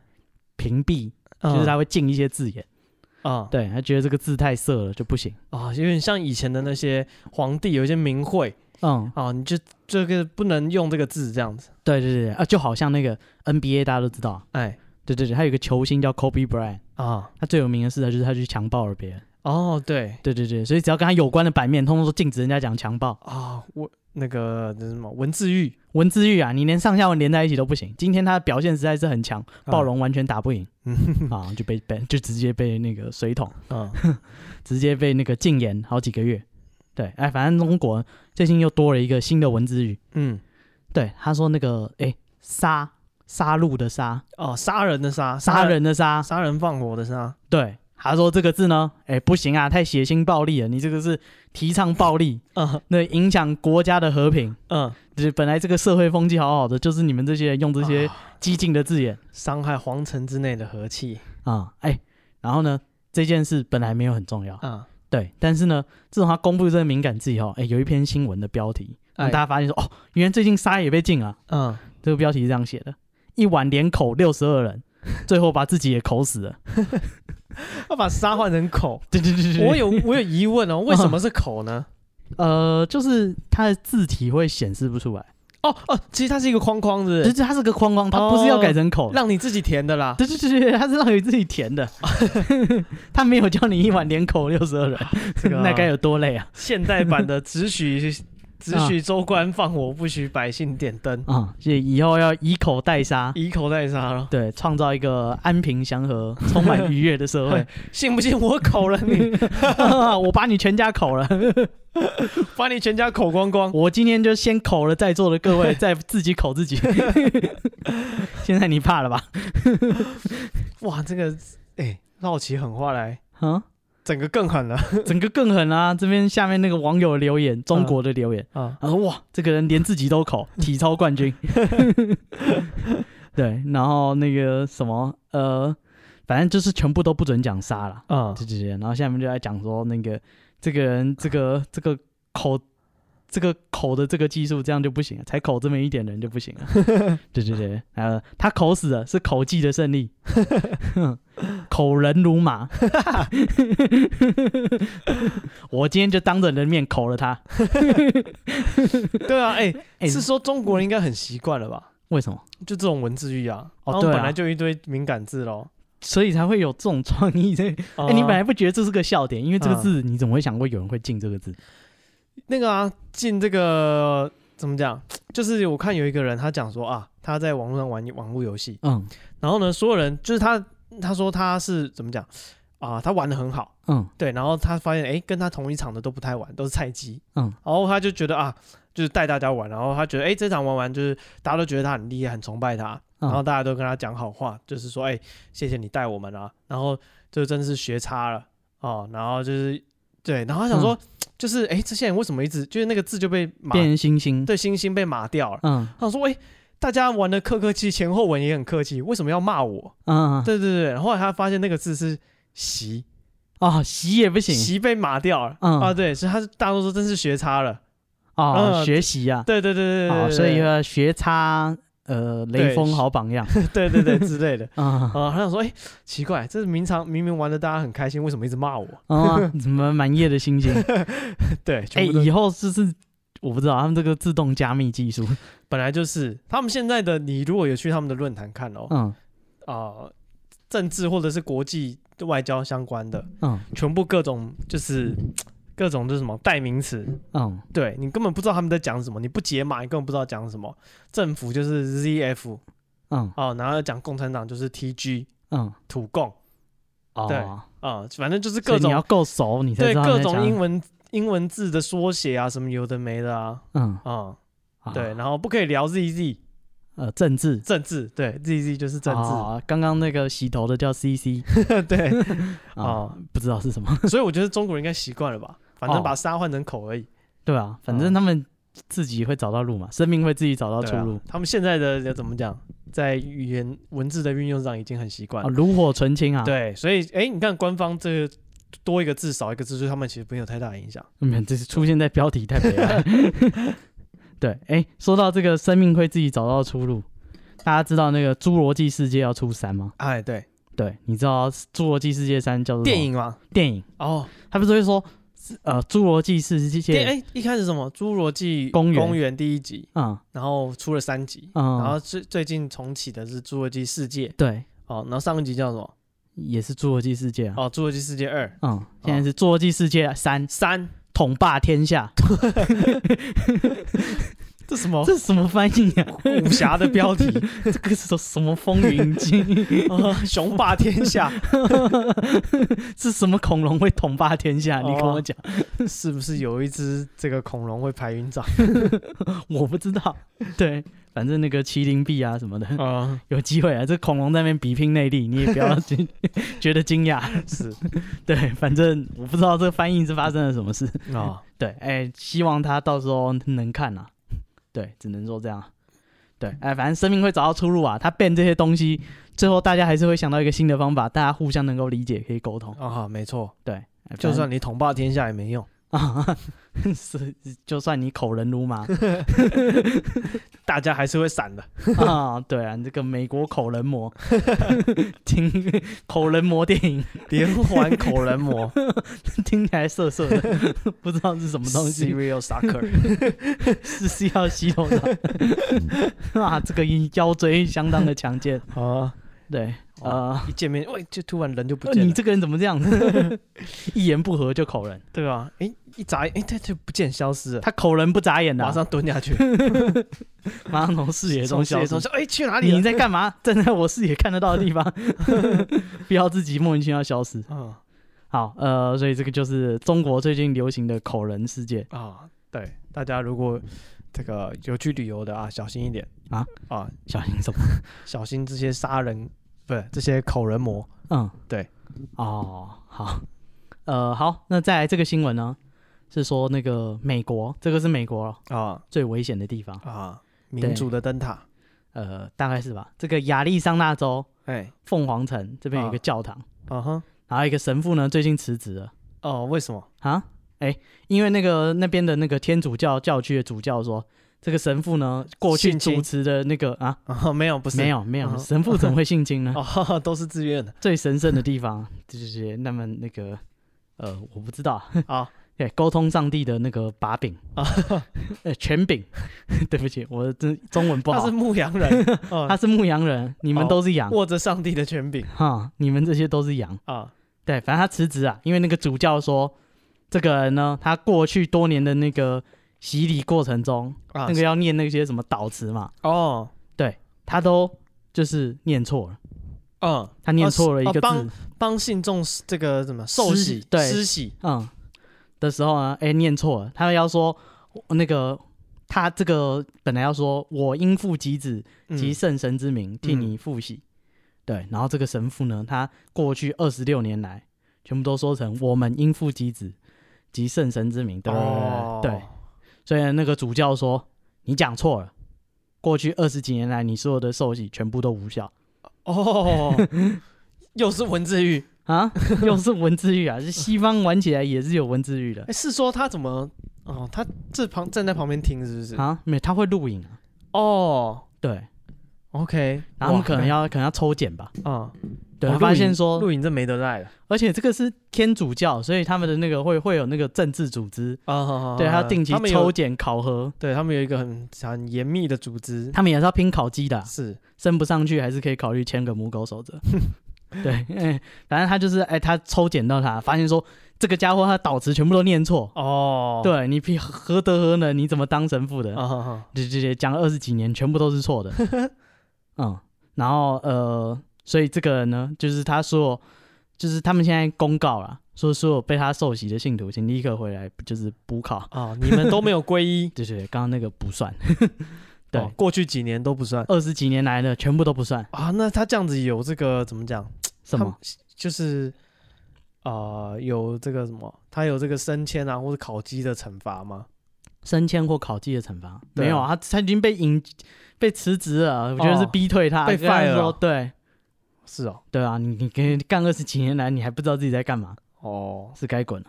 屏蔽，就是他会禁一些字眼，
啊
对他觉得这个字太色了就不行。
啊，有点像以前的那些皇帝有一些名讳
嗯，
啊，你就这个不能用这个字这样子，
对对对啊，就好像那个 NBA 大家都知道，
哎
对对对，他有一个球星叫 Kobe Bryant，
啊，
他最有名的事啊就是他去强暴了别人。
哦对，
对对对，所以只要跟他有关的版面，通通都禁止人家讲强暴、
啊，我那个那什么文字狱
文字狱啊，你连上下文连在一起都不行。今天他的表现实在是很强，暴，龙完全打不赢
嗯
啊，就被 ban，就直接被那个水桶，
啊
直接被那个禁言好几个月。对，哎，反正中国最近又多了一个新的文字狱。
嗯
对，他说那个哎杀杀戮的杀，
哦，杀人的杀，
杀人的杀，
杀人放火的杀，
对，他说这个字呢，哎，不行啊，太血腥暴力了，你这个是提倡暴力，
嗯
那影响国家的和平。
嗯，
就是本来这个社会风气好好的，就是你们这些人用这些
啊
激进的字眼
伤害皇城之内的和气
啊，哎、然后呢，这件事本来没有很重要，
啊，
对，但是呢，自从他公布这个敏感字以后，哎、有一篇新闻的标题，让
哎
大家发现说，哦，原来最近沙也被禁了，
嗯，
这个标题是这样写的：一碗连口六十二 [laughs] 人，最后把自己也口死了。
要把杀换成口。
对对对
[laughs]
对，
我有我有疑问 [laughs] 哦，为什么是口呢？
呃，就是它的字体会显示不出来。
哦哦，其实它是一个框框，是不
就是
是？
它是个框框，它不是要改成口，
让你自己填的啦。
对对对对，它是让你自己填的，它没有叫你一碗连口六十二人，
这个啊
那该有多累啊！
现代版 [laughs] 的只许只许州官放火，不许百姓点灯，
啊、所以以后要以口代杀，
以口代杀了。
对，创造一个安平祥和、充满愉悦的社会。
信不信我口了你， [laughs]
我把你全家口了，
把你全家口光光？
我今天就先口了在座的各位，再自己口自己。现在你怕了吧？
哇，这个哎，绕起狠话来，
啊，
整个更狠了
整个更狠啊！这边下面那个网友留言，中国的留言。
啊！
他说：“呃哇，这个人连自己都口，体操冠军。” [laughs] 对，然后那个什么，呃，反正就是全部都不准讲杀了，
啊
对对对。然后下面就在讲说那个这个人，这个这个口这个口的这个技术，这样就不行了，才口这么一点人就不行了。对对对，呃，他口死了，是口技的胜利，口人如麻。 [laughs] 我今天就当着人面口了他，
[laughs] 对啊，哎、
哎
是说中国人应该很习惯了吧？
为什么？
就这种文字狱啊，
哦
他们
对啊
本来就一堆敏感字喽。
所以才会有这种创意
[laughs]
在。
哎
哎、你本来不觉得这是个笑点，因为这个
嗯
字你怎么会想过有人会进这个字？
那个啊，进这个怎么讲？就是我看有一个人他讲说啊，他在网络上玩网络游戏，
嗯
然后呢，所有人就是他，他说他是怎么讲啊？他玩的很好，
嗯
对，然后他发现哎、诶跟他同一场的都不太玩，都是菜鸡，
嗯，
然后他就觉得啊，就是带大家玩，然后他觉得哎、诶这场玩完就是大家都觉得他很厉害，很崇拜他，
嗯
然后大家都跟他讲好话，就是说哎、诶谢谢你带我们啊，然后就真的是学差了哦，然后就是对，然后他想说、就是哎、诶这些人为什么一直就是那个字就被码
嗯变成星星。，
对星星被码掉了，
嗯
他想说哎、诶大家玩的客客气，前后文也很客气，为什么要骂我？
嗯，
对对对，然后来他发现那个字是习。
哦，习也不行
席被码掉了、
嗯
啊，对，所以他是大多数真是学差了，
哦，
嗯
学习呀、
对对对对对
啊，
对
所以要学差呃雷锋好榜样
对对对之类的 [laughs]
啊
啊，他想说，哎、奇怪，这是明常明明玩的大家很开心，为什么一直骂我？ [laughs]
啊，怎么满夜的星星？
对，
哎，
全部都
以后就是我不知道他们这个自动加密
[laughs]
技术，
本来就是他们现在的，你如果有去他们的论坛看哦，
嗯
啊、政治或者是国际外交相关的，
嗯
全部各种就是各种就是什么代名词，
嗯，
对你根本不知道他们在讲什么，你不解码，你根本不知道讲什么。政府就是 ZF
嗯
哦，然后讲共产党就是 TG
嗯，
土共。对
哦，
啊、反正就是
所
各
以你要
种
够熟，你才
对
知道他
各
在讲
种英文英文字的缩写啊，什么有的没的啊，
嗯
啊、
啊
对，然后不可以聊 ZZ
呃政治。
政治，对 ZZ 就是政治，
啊刚刚那个洗头的叫 CC
[laughs] 对，
啊
哦，
不知道是什么， [laughs]
所以我觉得中国人应该习惯了吧，反正
哦
把沙换成口而已，
对啊，反
哦
正他们自己会找到路嘛，生命会自己找到
对
出
啊
路
他们现在的怎么讲，在语言文字的运用上已经很习惯
啊，
了，
炉火纯青啊，
对，所以哎，你看官方这个多一个字少一个字，对他们其实没有太大的影响。
嗯，这是出现在标题太悲哀。
[laughs]
对，哎、说到这个生命会自己找到出路，大家知道那个《侏罗纪世界》要出三吗？
哎，对，
对，你知道《侏罗纪世界三》叫做什么
电影嘛，
电影，
哦，
他不是会说是呃《侏罗纪世界
电》哎一开始什么《侏罗纪
公园
公园》第一集，
嗯
然后出了三集，
嗯，
然后最最近重启的是《侏罗纪世界》
对，
哦，然后上一集叫什么？
也是《侏罗纪世界》啊。
哦，《侏罗纪世界二》
嗯，现在是《侏罗纪世界三》
三，
统霸天下，
这什么
这是什么翻译啊？
武侠的标题？
[laughs] 这个是什什么风云经？
哦雄霸天下，
[laughs] 是什么恐龙会统霸天下？你跟我讲， [laughs]
是不是有一只这个恐龙会排云掌
我不知道。对，反正那个麒麟臂啊什么的， [laughs]
啊？
有机 [laughs] 会啊。这恐龙在那边比拼内力，你也不要觉 [laughs] 觉得惊讶。
是
[laughs] 对，反正我不知道这翻译是发生了什么事。
啊，
对，哎、希望他到时候能看啊。 [laughs] 对，只能说这样。啊对，哎、反正生命会找到出路啊。他变这些东西，最后大家还是会想到一个新的方法，大家互相能够理解，可以沟通。
啊，没错，
对，哎反正
就算你统霸天下也没用，
啊， [laughs] 是就算你口人如麻
[laughs] 大家还是会闪的。
[laughs] 啊，对啊，你这个美国口人魔， [laughs] 听口人魔电影 [laughs]
连环口人魔
听起来涩涩的， [laughs] 不知道是什么东西，
，Serial
[laughs]
Sucker，
是是要吸头的，
[laughs]
[laughs] 啊，这个腰椎相当的强健，
啊，
对，
哦
呃，
一见面，喂，就突然人就不
呃
见
你
了，
这个人怎么这样
[laughs]
子？一言不合就口人，
对吧？哎，一眨眼，哎，他就不见，消失了，
他口人不眨眼的、啊
马上蹲下
[laughs]
去，
马上从视野中消失
从。哎、去哪里
你
了？
在干嘛？站在我视野看得到的地方，
[laughs]
不要自己莫名其妙消失。
嗯
好，呃，所以这个就是中国最近流行的口人世界。
啊，对，大家如果这个有去旅游的啊，小心一点
啊
啊，
小心什么？
小心这些杀人，不是这些口人魔。
嗯，
对。
哦，好，呃，好，那再来这个新闻呢，是说那个美国，这个是美国
啊
最危险的地方，
啊，民主的灯塔，
呃，大概是吧？这个亚利桑那州
哎，
凤凰城这边有一个
啊
教堂，
啊哈，
然后一个神父呢最近辞职了
哦，为什么？
啊，因为那个那边的那个天主教教区的主教说，这个神父呢过去
性侵
主持的那个啊，
哦，没有，不是
没，有没有，
嗯
神父怎么会性侵呢？
[laughs] 哦，都是自愿
[laughs]
的
最神圣的地方啊 [laughs] 就是那么那个呃，我不知道，
啊
对，沟通上帝的那个把柄
啊，
[laughs] 呃，权柄。 [laughs] 对不起，我真中文不
他
好
是。牧羊
[laughs]
人，哦
他是牧羊人，你们
哦
都是羊
握着上帝的权柄
哈，你们这些都是羊。
啊，
对，反正他辞职啊，因为那个主教说，这个人呢，他过去多年的那个洗礼过程中，
啊
那个要念那些什么祷词嘛，
哦，
他都就是念错了，
嗯，
他念错了一
哦
个字，
帮帮信众这个什么受
施
洗
对
施洗
嗯，的时候呢，哎、念错了，他要说那个他这个本来要说我应父及子
嗯
及圣神之名替你复习。对，然后这个神父呢，他过去二十六年来，全部都说成我们应父及子及圣神之名，对对对对
哦
对。所以那个主教说你讲错了，过去二十几年来你所有的受洗全部都无效
哦， [laughs] 又是文字狱，
啊， [laughs] 又是文字狱啊，这西方玩起来也是有文字狱的
哎，是说他怎么哦，他这旁站在旁边听是不是？
啊，没有他会录影啊，
哦
对。
，OK，
然后
哇
我们可能要可能要抽检吧。
啊，
对，
哇
我发
录
现
影
说，
录影这没得赖了
而且这个是天主教，所以他们的那个会会有那个政治组织，
啊好，好
对，
好
他要定期
他们有
抽检考核，
对他们有一个很很严密的组织，
他们也是要拼考绩的啊、
是
升不上去还是可以考虑签个母狗守则。 [laughs] 对， [laughs] 哎反正他就是哎，他抽检到他，发现说这个家伙他导词全部都念错，
哦，
对你屁何德何能，你怎么当神父的？
啊，好好
对对对，讲了二十几年，全部都是错的。嗯，然后呃，所以这个人呢，就是他说，就是他们现在公告啦，说所有被他受洗的信徒，请立刻回来，就是补考。，
啊，你们都没有皈依
对对对，刚刚那个不算， [laughs] 对
哦过去几年都不算
二十几年来的全部都不算。
啊，那他这样子有这个怎么讲？
什么？
就是呃，有这个什么，他有这个升迁啊，或者考绩的惩罚吗？
升迁或考绩的惩罚？
对啊
没有啊，他他已经被引被辞职了，我觉得是
哦
逼退他，
被
跟他
fire
说
了
对
是哦，
对啊，你你跟干二十几年来，你还不知道自己在干嘛，
哦，
是该滚了。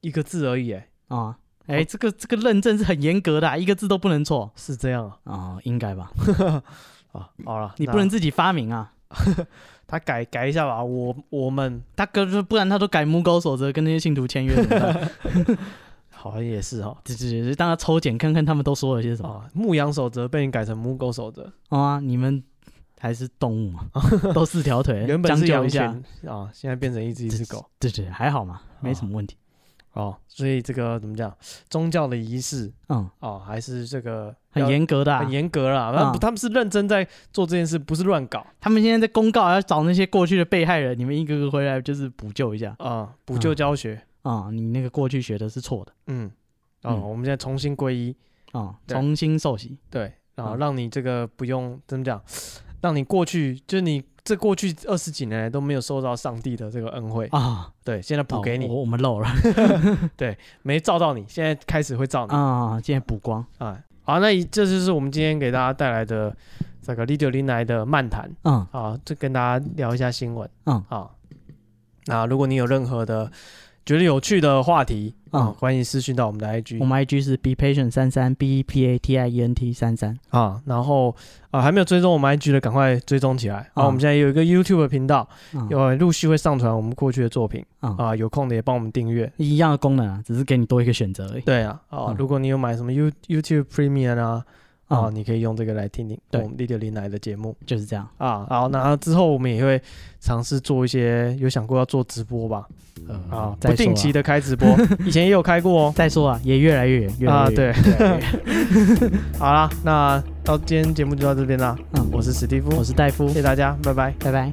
一个字而已，哎，
啊、哎、这个这个认证是很严格的啊、一个字都不能错
是这样啊，
啊、应该吧？
啊，好了，
你
那
不能自己发明啊，
他改改一下吧，我我们
他哥不然他都改母狗守则跟那些信徒签约怎么办？
好像也是哈。
只只是让他抽检看看他们都说了些什么、
啊，牧羊守则被你改成母狗守则，
哦、啊？你们还是动
[laughs]
物嘛，都四条腿，
原本
将
是
就
羊
一下，
群啊，现在变成一只一只狗
对对，还好嘛，没什么问题。
哦，所以这个怎么讲，宗教的仪式
嗯，
哦，还是这个
很
要
严格的、啊
很，严格啦，他们
嗯
他们是认真在做这件事，不是乱搞
他们现在在公告要找那些过去的被害人，你们一个个回来就是补救一下
啊，补救
嗯
教学，
啊、你那个过去学的是错的
嗯，哦，
嗯
我们现在重新皈依，
啊、
对
重新受洗。
对，然后
嗯
让你这个不用怎么讲，让你过去就是你这过去二十几年来都没有受到上帝的这个恩惠，
啊，
对，现在补给
哦
你，
我我们
[laughs]
漏了
没照到你，现在开始会照你
啊，现在补光
啊。好，那以这就是我们今天给大家带来的这个 Lidio 林来的漫谈。
嗯，
啊，就跟大家聊一下新闻。
嗯，
好。那如果你有任何的觉得有趣的话题，啊，
嗯
欢迎私讯到我们的 IG
我们 IG 是 be patient 三三 b e p a t i e n t 三三，
啊。然后啊，还没有追踪我们 IG 的，赶快追踪起来。啊，
嗯
我们现在有一个 YouTube 的频道，
嗯
有陆续会上传我们过去的作品
嗯
啊，有空的也帮我们订阅。
一样的功能啊，只是给你多一个选择而已。
对啊，啊
嗯，
如果你有买什么 You YouTube Premium 啊，啊，
嗯
你可以用这个来听听
对
我们 Lidio 林来的节目
就是这样。
啊。好，那之后我们也会尝试做一些，有想过要做直播吧？
呃
啊，
再
不定期的开直 [laughs] 播，以前也有开过哦。
再说啊，也越来越远，越来
啊，
越远。
对，
对，越来越远
好啦，那到今天节目就到这边啦，
[laughs] 嗯，
我是史蒂夫，
我是戴夫
谢，谢大家，拜拜。
拜拜。